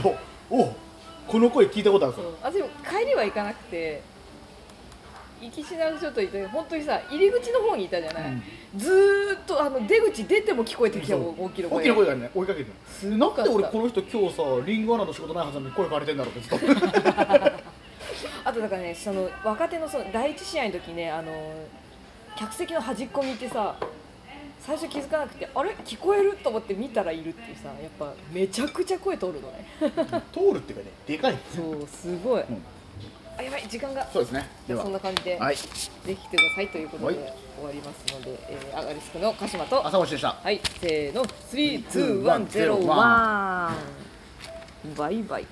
Speaker 3: ー!お」おこの声聞いたことある
Speaker 2: そう
Speaker 3: ぞ
Speaker 2: あでも帰りは行かなくて行きしなちょっといて本当にさ入り口の方にいたじゃない、
Speaker 3: うん
Speaker 2: ずーっとあの出口出ても聞こえてきたもん大きな
Speaker 3: 大
Speaker 2: 声
Speaker 3: きな声がね追いかけて
Speaker 2: す
Speaker 3: る
Speaker 2: ごか
Speaker 3: なん
Speaker 2: った
Speaker 3: で俺この人今日さリンゴアナの仕事ないはずなのに声かれてんだろうってずっと
Speaker 2: あとだからねその若手のその第一試合の時ねあの客席の端っこにいてさ最初気づかなくてあれ聞こえると思って見たらいるっていうさやっぱめちゃくちゃ声通るのね
Speaker 3: [LAUGHS] 通るっていうかねでかい
Speaker 2: そうすごい、
Speaker 3: ん
Speaker 2: [LAUGHS] あやばい時間が
Speaker 3: そうですねでは
Speaker 2: そんな感じで、
Speaker 3: はい
Speaker 2: ぜひ来てくださいということで
Speaker 3: は
Speaker 2: 終
Speaker 3: い
Speaker 2: わりますので、えー、アガリスクの鹿島と
Speaker 3: 朝越しでした
Speaker 2: はいせーの32101バイバイ